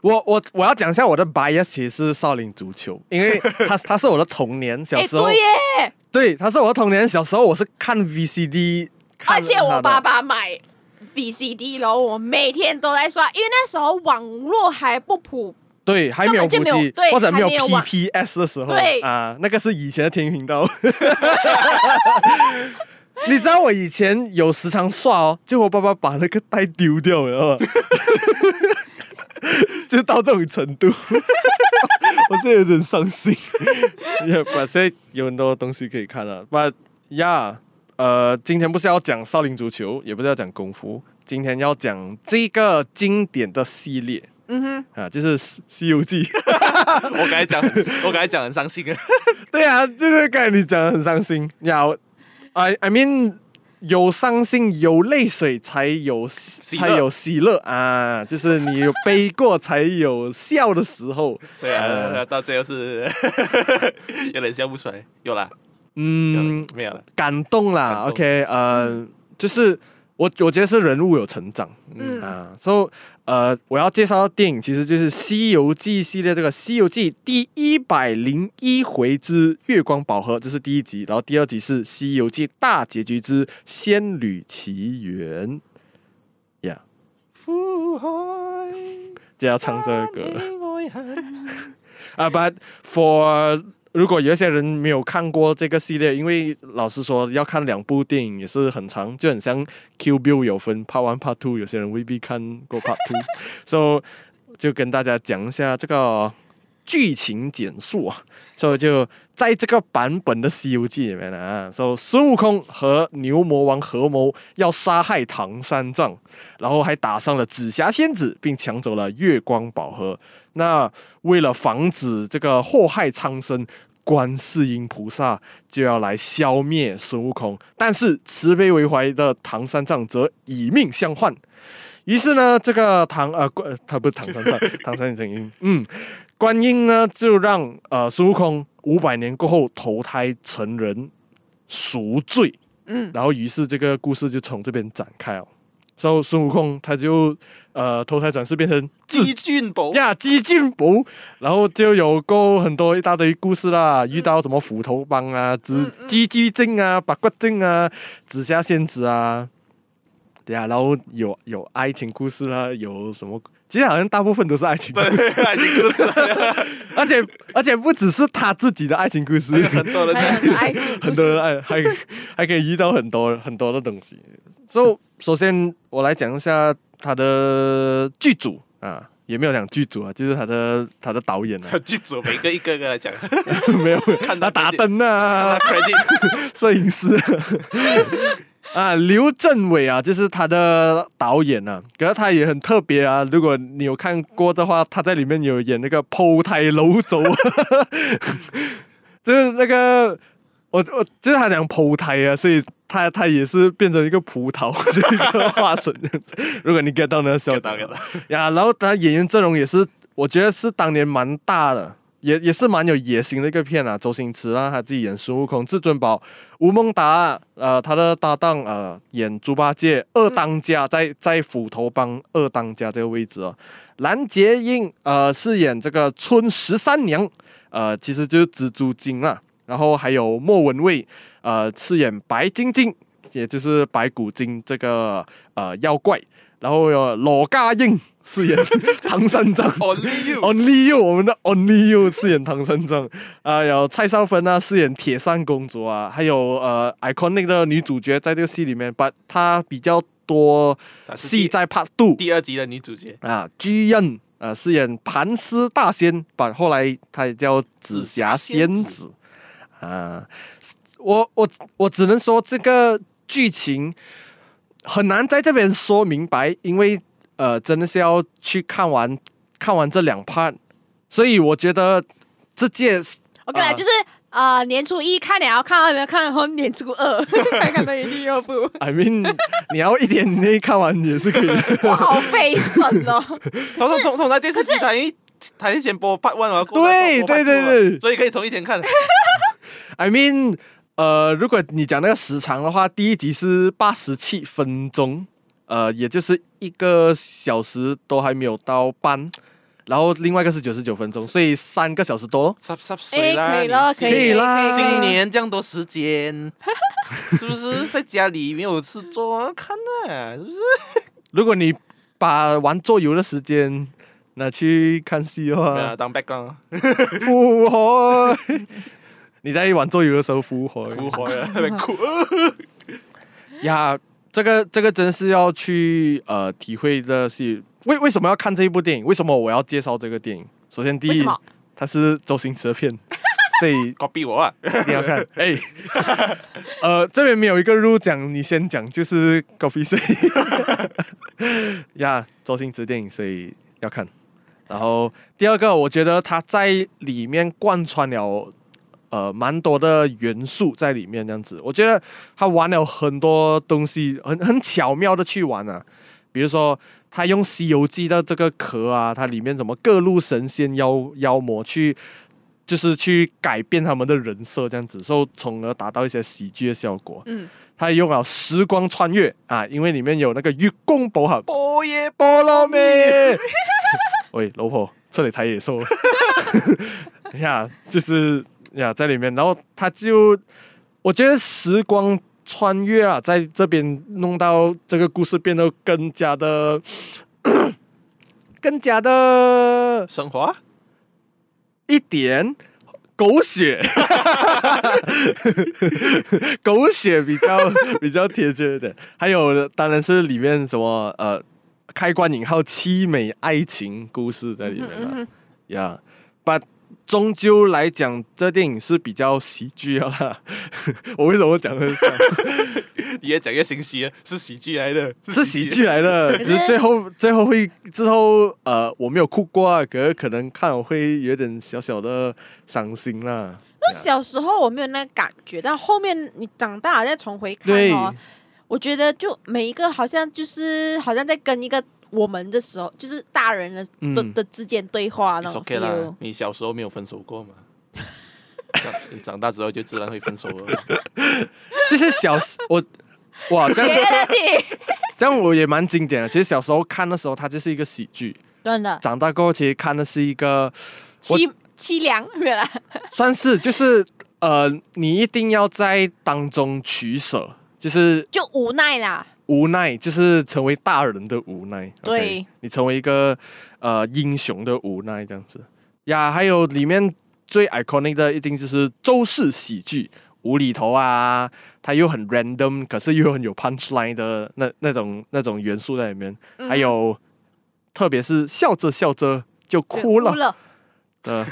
C: 我我我要讲一下我的 bias 其实是少林足 球，因为它它是我的童年，小
D: 哎，
C: 时候
D: 对耶，
C: 对，他是我的童年，小时候我是看 VCD，看
D: 而且我
C: 他
D: 爸
C: 的
D: 爸买 VCD 咯，我每天都在刷，因为那时候网络还不普，
C: 对还没有
D: 根
C: 无
D: 本就没
C: 机
D: 有对
C: 或者没有
D: 还没有网
C: PPS 的时候，
D: 对
C: 啊，那个是以前的天娱频道。 你知道我以前有时常刷哦，就我爸爸把那个带丢掉了，你知道吗？ 就到这种程度， 我现在有点伤心。也把现在有很多东西可以看了，把呀，呃，今天不是要讲少林足球，也不是要讲功夫，今天要讲这个经典的系列
D: 嗯哼，
C: 啊，就是《西西游记》。
E: 我刚才讲，我刚才讲很 伤心啊。
C: 对啊，就是刚才你讲的很伤心呀。我 I I mean，有伤心有泪水才有才
E: 乐
C: 有喜乐啊，就是你有悲过才有笑的时候。
E: 虽
C: 啊
E: 然 到最后是有点笑不出来，有啦，有
C: 嗯
E: 啦，没有了。
C: 感动啦
E: 感动
C: o k 呃，就是我我觉得是人物有成长。
D: 嗯，
C: 啊，所以呃，我要介绍的电影其实就是《西游记》系列，这个《西游记》第一百零一回之《月光宝盒》，这是第一集，然后第二集是《西游记》大结局之《仙女奇缘》呀、
E: 苦海
C: 就要唱这个。
E: 爱恨
C: 啊、b u t for 如果有一些人没有看过这个系列，因为老实说要看两部电影也是很长，就很像 Q Bill 有分 Part One、Part Two，有些人未必看过 Part Two，so 就跟大家讲一下这个剧情简述啊。所、以就在这个版本的《西游记》里面啊，说、孙悟空和牛魔王合谋要杀害唐三藏，然后还打伤了紫霞仙子，并抢走了月光宝盒。那为了防止这个祸害苍生，观世音菩萨就要来消灭孙悟空，但是慈悲为怀的唐三藏则以命相换。于是呢，这个唐呃，观呃他不是唐三藏，唐三藏音，嗯，观音呢就让呃孙悟空五百年过后投胎成人赎罪，
D: 嗯，
C: 然后于是这个故事就从这边展开哦。然后孙悟空他就呃投胎转世变成智
E: 基俊宝，
C: 呀，激进不，然后就有够很多一大堆故事啦，遇到什么斧头帮啊、紫鸡鸡精啊、白骨精啊、紫霞仙子啊，对啊呀，然后有有爱情故事啦，有什么？其实好像大部分都是爱 情故事，
E: 爱情故事
C: 而且而且不只是他自己的爱情故事，
E: 很多人
D: 还有很多爱情故事
C: 很多人爱还还可以遇到很多很多的东西。so, 首先我来讲一下他的剧组啊，也没有讲剧组啊，就是他的他的导演啊，
E: 剧组每个一个一个来讲，
C: 没有
E: 看
C: 那
E: 到
C: 打灯啊
E: 那，credit
C: 摄影师 啊啊，刘镇伟啊，就是他的导演啊，可是他也很特别啊。如果你有看过的话，他在里面有演那个剖胎楼走， 就是那个我我就是他讲剖胎啊，所以他他也是变成一个葡萄的一个化身。如果你 get 到那个笑
E: get 到
C: 点
E: get 到
C: 呀，然后他演员阵容也是。我觉得是当年蛮大的，也也是蛮有野心的一个片啊。周星驰让他自己演孙悟空，至尊宝吴孟达呃他的搭档呃演猪八戒，二当家、在在斧头帮二当家这个位置哦。蓝洁瑛呃饰演这个春十三娘，呃其实就是蜘蛛精啦。然后还有莫文蔚呃饰演白晶晶，也就是白骨精这个呃妖怪。然后有罗家英饰演唐三藏。
E: Only you，
C: Only You，我们的 Only You 饰演唐三藏，啊，有蔡少芬啊饰演铁扇公主啊，还有呃 iconic 的女主角在这个戏里面，把她比较多
E: 她是
C: 戏在 Part Two
E: 第二集的女主角
C: 啊，G N 呃饰演盘丝大仙，把后来她也叫紫霞仙
E: 紫霞仙
C: 子啊，我我我只能说这个剧情很难在这边说明白，因为呃真的是要去看完看完这两 part，所以我觉得这届
D: OK 啦，
C: 啊
D: 就是呃年初一看了，然后看完没有看，然后年初二 看看到一第二部，
C: I mean 你要一天内看完也是可以的。
D: 我好费神哦。
E: 通通通通常电视机台一台一先播 Part One，然后过来
C: 对
E: 播
C: 对
E: Part
C: 对
E: Two 了
C: 对
E: 所以可以同一 天看。
C: I mean，呃，如果你讲那个时长的话，第一集是八十七分钟，呃，也就是一个小时都还没有到半，然后另外一个是九十九分钟，所以三个小时多咯。
E: ซับซับ水
D: 哎，
E: 啦，
D: 可以了，
E: 你新
D: 可以
C: 可以啦
D: 可以
E: 新年这样多 时间，是不是在家里没有事做啊看啊？是不是？
C: 如果你把玩桌游的时间拿去看戏的
E: 没有啊
C: 话，
E: 当 background
C: 不会。 你在玩桌游的时候不会
E: 不会啊，特别酷。
C: 呀。这个这个真是要去呃体会的是为为什么要看这一部电影？为什么我要介绍这个电影？首先第
D: 为
C: 一
D: 什么，
C: 它是周星驰的片，所以
E: copy 我 啊！
C: 一定要看。哎， 呃，这边没有一个 rule 讲，你先讲就是 Coffee C 呀，周星驰电影，所以要看。然后第二个，我觉得他在里面贯穿了呃蛮多的元素在里面，这样子，我觉得他玩了很多东西，很很巧妙的去玩啊，比如说。他用《西游记》的这个壳啊，它里面什么各路神仙妖妖魔去就是去改变他们的人设，这样子，所以从而达到一些喜剧的效果。
D: 嗯，
C: 他也用了时光穿越啊，因为里面有那个月光宝盒
E: 波耶
C: 菠萝蜜。喂，老婆，这里抬野兽。等一下，就是呀，在里面，然后他就，我觉得时光穿越啊，在这边弄到这个故事变得更加的， 更加的
E: 升华，
C: 一点狗血，狗血比较比较贴切一点。还有，当然是里面什么呃，开关引号凄美爱情故事在里面
D: 嗯
C: 了
D: 哼
C: 呀。把、终究来讲，这电影是比较喜剧啊啦。我为什么讲的是这样
E: 越讲越心虚啊，是喜剧来的，
C: 是喜。 剧来的？
D: 可
C: 只
D: 是
C: 是最后最后会之后呃，我没有哭过啊，可是可能看我会有点小小的伤心啦。
D: 那小时候我没有那个感觉，但后面你长大了再重回看
C: 对
D: 哦，我觉得就每一个好像就是好像在跟一个我们的时候，就是大人的的
C: 嗯
D: 的之间对话那
E: It's
D: 种
E: OK
D: feel
E: 啦。，你小时候没有分手过嘛？长你长 大之后就自然会分手了。
C: 就是小时我，哇，这样这样我也蛮经典的。其实小时候看的时候，它就是一个喜剧；
D: 真的
C: 长大过后，其实看的是一个，我
D: 凄凄凉，没有啦。
C: 算是就是呃，你一定要在当中取舍，就是
D: 就无奈啦。
C: 无奈，就是成为大人的无奈。
D: 对
C: OK？你成为一个呃英雄的无奈这样子呀。还有里面最 iconic 的一定就是周氏喜剧。无厘头啊，它又很 random，可是又很有 punchline 的那那种那种元素在里面，
D: 嗯
C: 还有特别是笑着笑着就哭了
D: 哭了，
C: 的，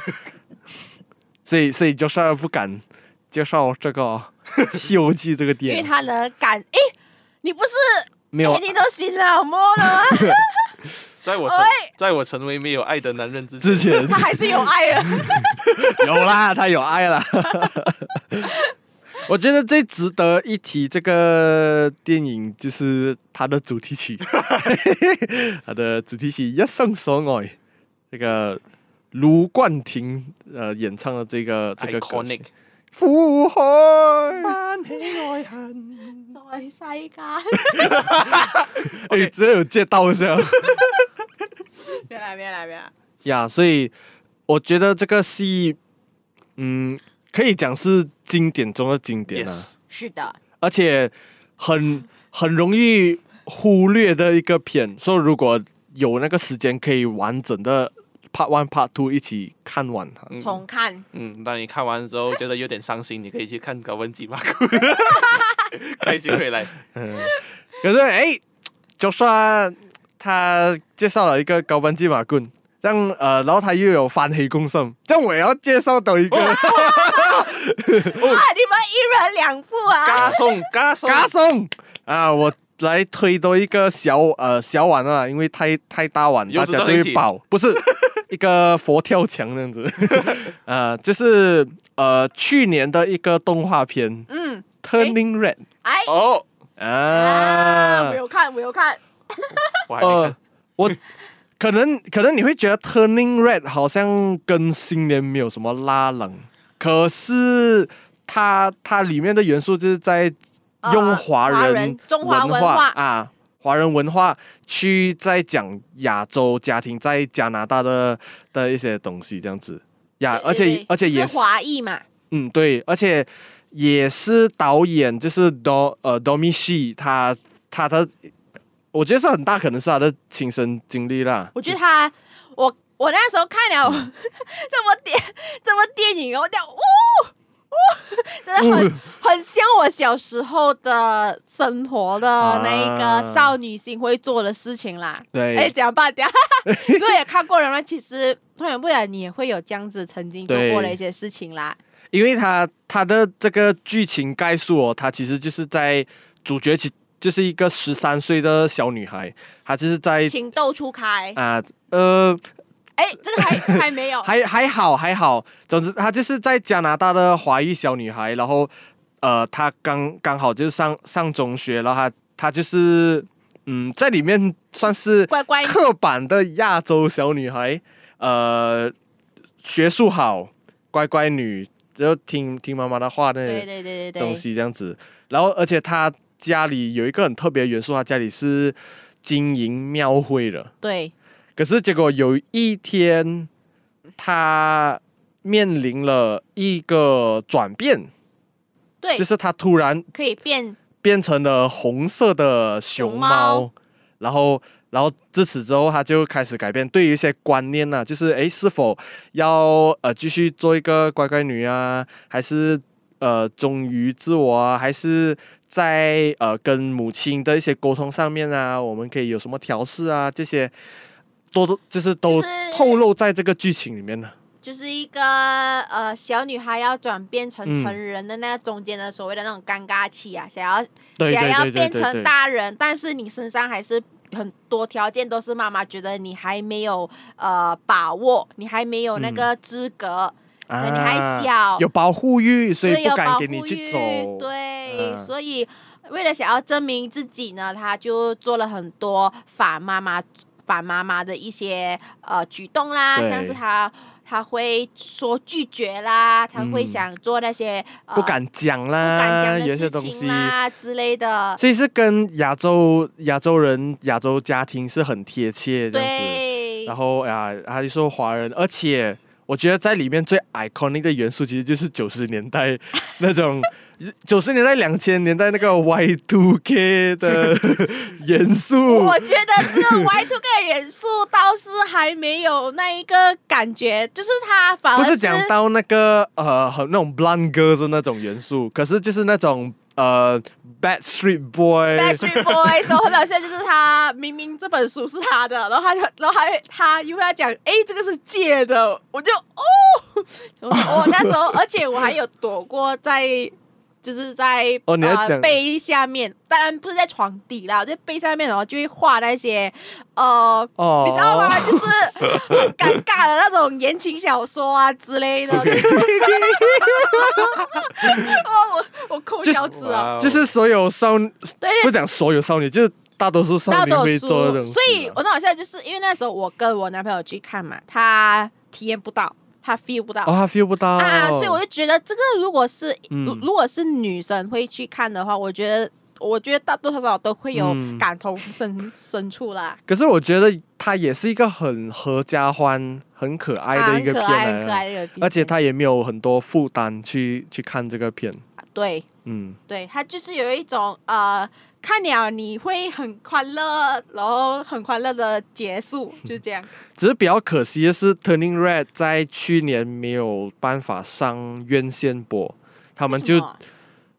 C: 所以所以就是不敢介绍这个 《西游记》这个
D: 因
C: 电
D: 为
C: 影，
D: 他的感哎，你不是
C: 没有
D: 哎，你都醒了摸了啊 吗？
E: 在我成在我成为没有爱的男人之前，
C: 之前啊
D: 他还是有爱的。
C: 有啦，他有爱啦。 我觉得最值得一提这个电影 就是它的主题曲，它的主题曲《一生所爱》这个卢冠廷呃演唱的这个这个歌曲
E: Iconic
C: 苦海，
E: 翻起愛恨，
D: 作為世界，
C: 哎，只有借到一下
D: 别来别来别来，
C: 呀。所以我觉得这个戏，嗯，可以讲是经典中的经典啊
E: Yes
D: 是的，
C: 而且很很容易忽略的一个片。所以如果有那个时间，可以完整的 Part One、Part Two 一起看完它。
D: 重看
E: 嗯，当你看完之后觉得有点伤心，你可以去看《高温吉马库》， 开心回来。
C: 可是哎，就算他介绍了一个高班金马棍，这样呃，然后他又有翻黑公胜，这样我也要介绍到一个哦
D: 啊！你们一人两部啊，
E: 加送 加送，
C: 嘎松啊，我。来推多一个小呃小碗啊，因为太太大碗，
E: 又
C: 大
E: 是
C: 家就
E: 在一
C: 会
E: 起
C: 饱，不是一个佛跳墙那样子， 呃，就是呃去年的一个动画片
D: 嗯，
C: 《Turning Red
D: 哎》
E: 哦，
D: 啊，
C: 啊
D: 我，有看我有看，
E: 我还没
C: 呃
E: 看，，
C: 我可能可能你会觉得 Turning Red 好像跟新年没有什么拉冷，可是它它里面的元素就是在
D: 呃
C: 用华
D: 华
C: 人
D: 人中华文
C: 化
D: 化
C: 啊。华人文化去在讲亚洲家庭在加拿大的的一些东西，这样子呀，啊而
D: 对
C: 且
D: 对
C: 而且
D: 是
C: 也是
D: 华裔嘛，
C: 嗯，对，而且也是导演，就是 Do 呃 Domi Shi，他他的，我觉得是很大可能是他的亲身经历啦。
D: 我觉得他，我我那时候看了
C: 嗯
D: 这么电这么电影哦，我讲，呜、呜，真的很很像我小时候的生活的那一个
C: 啊
D: 少女心会做的事情啦。
C: 对
D: 哎，讲吧， 讲。如果也看过人们，其实突然不然你也会有这样子曾经做过的一些事情啦。
C: 因为他他的这个剧情概述哦，他其实就是在主角其就是一个十三岁的小女孩，她就是在
D: 情窦初开，
C: 啊呃
D: 哎，这个还 还没有，
C: 还还好还好，总之她就是在加拿大的华裔小女孩，然后呃，她刚刚好就是上上中学，然后她她就是嗯，在里面算是
D: 乖 乖
C: 刻板的亚洲小女孩，呃，学术好，乖乖女，就听听妈妈的话那
D: 对
C: 些
D: 对对对
C: 东
D: 对，
C: 西这样子。然后，而且她家里有一个很特别的元素，她家里是经营庙会的。
D: 对，
C: 可是结果有一天，他面临了一个转变，
D: 对
C: 就，是他突然
D: 可以变
C: 变成了红色的熊猫，
D: 熊猫
C: 然后。然后自此之后，他就开始改变对于一些观念呢、就是诶，是否要呃继续做一个乖乖女啊，还是呃忠于自我啊，还是在呃跟母亲的一些沟通上面啊，我们可以有什么调试啊，这些多多就是都
D: 就是
C: 透露在这个剧情里面呢。
D: 就是一个呃小女孩要转变成
C: 嗯
D: 成人的那个中间的所谓的那种尴尬期啊，想要
C: 对
D: 想
C: 对
D: 要
C: 对对
D: 变
C: 对
D: 成
C: 对，
D: 大人，但是你身上还是很多条件都是妈妈觉得你还没有呃把握，你还没有那
C: 嗯
D: 个资格，可能你
C: 啊
D: 还小，
C: 有保护欲，所
D: 对，
C: 以
D: 有
C: 不敢
D: 保护
C: 给
D: 欲，
C: 你去走。
D: 对，
C: 嗯
D: 所以为了想要证明自己呢，他就做了很多反妈妈、反妈妈的一些呃举动啦，
C: 对
D: 像是他他会说拒绝啦，他会
C: 嗯
D: 想做那些、呃、
C: 不敢讲
D: 不
C: 啦，
D: 敢讲
C: 有
D: 的
C: 一些
D: 事
C: 东
D: 情
C: 西。
D: 啦之类的。
C: 所以是跟亚洲亚洲人、亚洲家庭是很贴切这样子。
D: 对，
C: 然后呀，他就说华人，而且我觉得在里面最 iconic 的元素其实就是九十年代那 种。九十年代、两千年代那个 Y two K 的元素
D: 我觉得这个 Y two K 元素倒是还没有那一个感觉，就是他反而
C: 不是讲到那个呃，很那种 blonde girls 的那种元素，可是就是那种呃 Bad Street Boy，
D: Backstreet Boys，然后很搞笑，就是他明明这本书是他的，然后他就，然后还他又要讲，哎，这个是借的，我就哦，我我那时候，而且我还有躲过在，就是在
C: 哦你还
D: 呃
C: 讲
D: 被下面，当然不是在床底啦，我在被下面，然后就会画那些呃。
C: 哦，
D: 你知道吗？就是很尴尬的那种言情小说啊之类 的。哦，我我抠
C: 就是
D: 脚趾啊！
E: 哇哦哦
C: 就是所有少
D: 对对
C: 不讲所有少女，就是大多数少
D: 大
C: 年
D: 多
C: 会
D: 数
C: 做的东西啊。
D: 所以我那好像就是因为那时候我跟我男朋友去看嘛，他体验不到，他 feel 不到。
C: 哦，他 feel 不到
D: 啊，所以我就觉得这个如果是、
C: 嗯
D: 如如果是女生会去看的话，我觉得我觉得大多多少少都会有
C: 嗯
D: 感同身、身处啦，
C: 可是我觉得它也是一个很合家欢、很可爱
D: 啊
C: 的一
D: 很
C: 个
D: 可
C: 片
D: 爱
C: 来
D: 很可
C: 的，
D: 爱的一个片啊
C: 而且它也没有很多负担去去看这个片。
D: 对
C: 嗯，
D: 对，它就是有一种呃。看了你会很欢乐，然后很欢乐的结束，就这样。
C: 只是比较可惜的是，《Turning Red》在去年没有办法上院线播，他们
D: 为什
C: 就
D: 么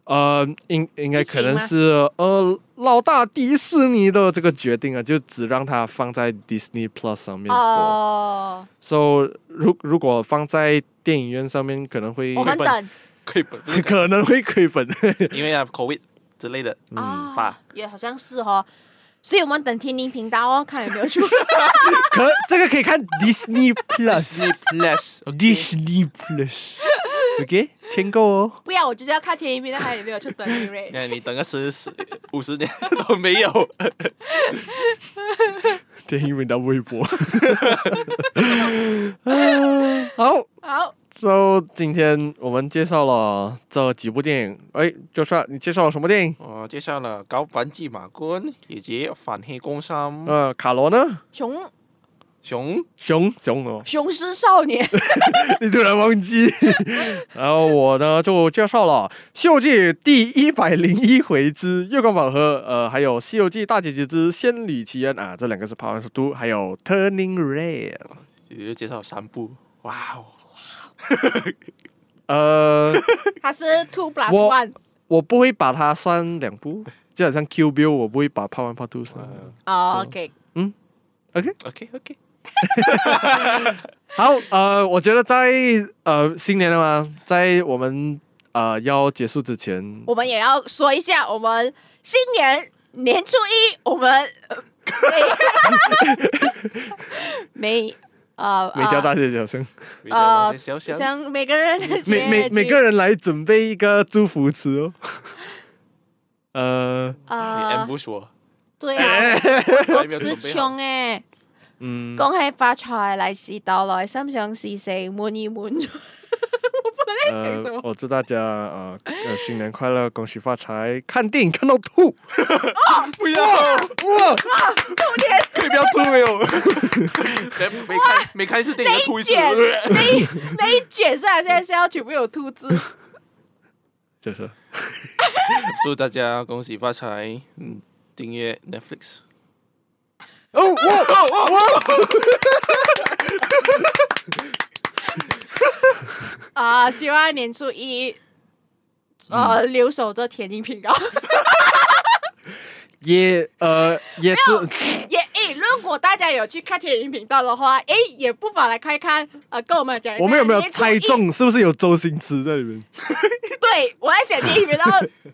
C: 呃，应应该可能
D: 疫情吗
C: 是呃老大迪士尼的这个决定啊，就只让它放在 Disney Plus 上面播。
D: 哦，
C: so 如如果放在电影院上面，可能会
D: 我们
E: 本
D: 等
E: 亏本，
C: 可能会亏本。
E: 因为啊，COVID 之类的，
C: 嗯
E: 嗯
D: 啊
E: 吧，
D: 也好像是哦。所以我们等天宁频道哦，看有没有 出。
C: 可这个可以看 Disney Plus。
E: Plus
C: Disney Plus，OK，签购哦。
D: 不要，我就是要看天宁频道还有没有出等你 瑞。
E: 那你等个十十五十年都没有，
C: 电影频道微博。 好
D: 好，
C: ，So 今天我们介绍了这几部电影。哎，就说你介绍了什么电影？
E: 我介绍了《高板骑马棍》以及《反黑工商》
C: 呃，卡罗呢？
D: 熊
E: 熊
C: 熊熊哦，
D: 雄狮少年
C: 你突然忘 记。然后我呢就介绍了《西游记》第一百零一回之月光宝盒，呃，还有《西游记大结局之仙履奇缘》啊，这两个是 Part One Two，还有 Turning Red。
E: 也就介绍三部，哇哦，
C: 呃，
D: 他是 two plus
C: 我
D: one
C: 我不会把它算两部，就好像 Q Bill，我不会把 Part One Part Two 算。嗯
D: 哦，OK，
E: OK OK，
C: 好，呃，我觉得在呃新年了嘛，在我们呃要结束之前，
D: 我们也要说一下，我们新年年初一，我们 呃每呃
C: 每家
D: 呃
C: 大街小巷，
D: 呃
E: 小小
D: 像每个人的
C: 每每
D: 节
C: 每
D: 气
C: 个人来准备一个祝福词哦。 呃，
E: 你
D: 呃
E: M 不说，
D: 对
C: 哎
D: 啊，
E: 我
D: 词穷哎。
C: 嗯，
D: 恭喜發財，利是到來，心想事成，滿意滿足。
C: 呃
D: 什么，
C: 我祝大家呃呃新年快乐，恭喜发财，看电影看到吐，
E: 不要哇，可以不要吐没有，没看没看是电影要吐一次，
D: 那一卷那一卷上來現在是要全部有兔子，
C: 就是
E: 祝大家恭喜发财，嗯，订阅 Netflix。
C: 哦哇哇哇，
D: 啊、希望年初一，呃，
C: 嗯
D: 留守着甜音频道。
C: 也呃也祝
D: 也诶、如果大家有去看甜音频道的话，诶、也不妨来看一看，呃，跟我们讲一下。
C: 我们有没有
D: 年初
C: 猜
D: 一？
C: 中是不是有周星驰在里面？
D: 对，我在想甜音频道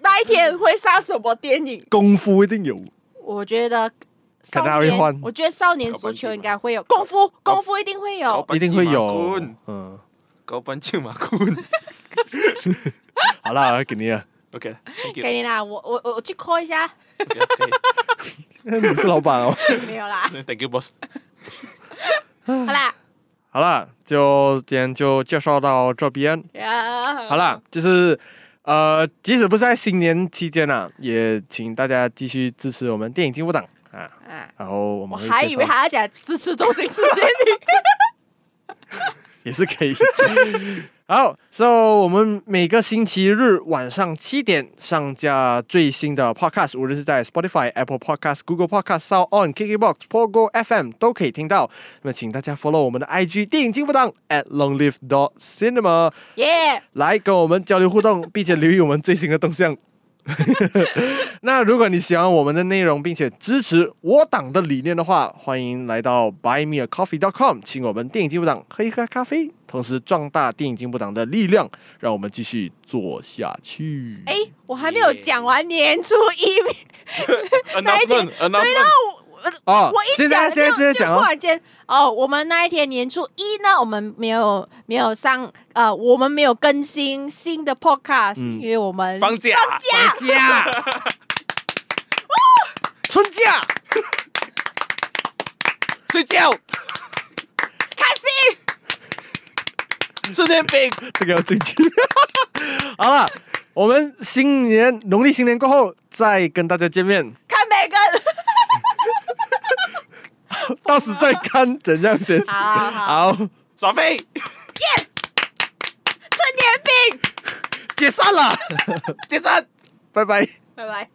D: 那一天会上什么电影？
C: 功夫一定有，
D: 我觉得
C: 可
D: 少
C: 能
D: 年。
C: 还会换
D: 我觉得少年足球应该会有功夫，功夫一定会有。
E: 高
C: 一定会
E: 高
C: 有
E: 板骑马棍。
C: 嗯，
E: 高班庆马棍。
C: 好啦，给你啊了，
E: OK，Thank、
D: 给你啦，我我我我去 call 一下，
E: you，Thank
C: 你是老板哦。
D: 没有啦，
E: you，Thank you，boss。
D: 好啦，
C: 好啦，就今天就介绍到这边。好
D: 好
C: 啦，就是呃，即使不是在新年期间啊，也请大家继续支持我们电影进步党啊。
D: 啊，
C: 然后我
D: 我
C: 们会
D: 还
C: 介
D: 以为
C: 绍
D: 还要讲支持周 星驰电影，
C: 也是可以。 好，so 我们每个星期日晚上七点上架最新的 podcast，无论是在 Spotify、Apple Podcast、Google Podcast、Sound On、KKBox、Pogo FM 都可以听到。那么，请大家 follow 我们的 IG 电影进步党 at longlive dot cinema
D: 耶，
C: 来跟我们交流互动，并且留意我们最新的动向。 那如果你喜欢我们的内容，并且支持我党的理念的话，欢迎来到 buymeacoffee.com，请我们电影进步党喝一喝咖啡，同时壮大电影进步党的力量，让我们继续做下去。
D: 哎，我还没有讲完年初一， 那一 天
E: Announcement，Announcement，
D: 我我
C: 哦
D: 我一
C: 现在
D: 讲
C: 现在直接
D: 就就
C: 讲哦
D: 突然间哦，我们那一天年初一呢，我们没有没有上呃，我们没有更新新的嗯 podcast，因为我们
E: 放假，
D: 放假
C: 家。春假
E: 睡觉，
D: 看戏，
E: 吃点饼，
C: 这个要进去。好了，我们新年农历新年过后再跟大家见面，
D: 看每个人。
C: 到时再看怎样先。
D: 好好，
C: 好，
E: 耍飞，
D: 吃年饼，
C: 解散了，
E: 解散。
C: 拜拜。
D: 拜拜。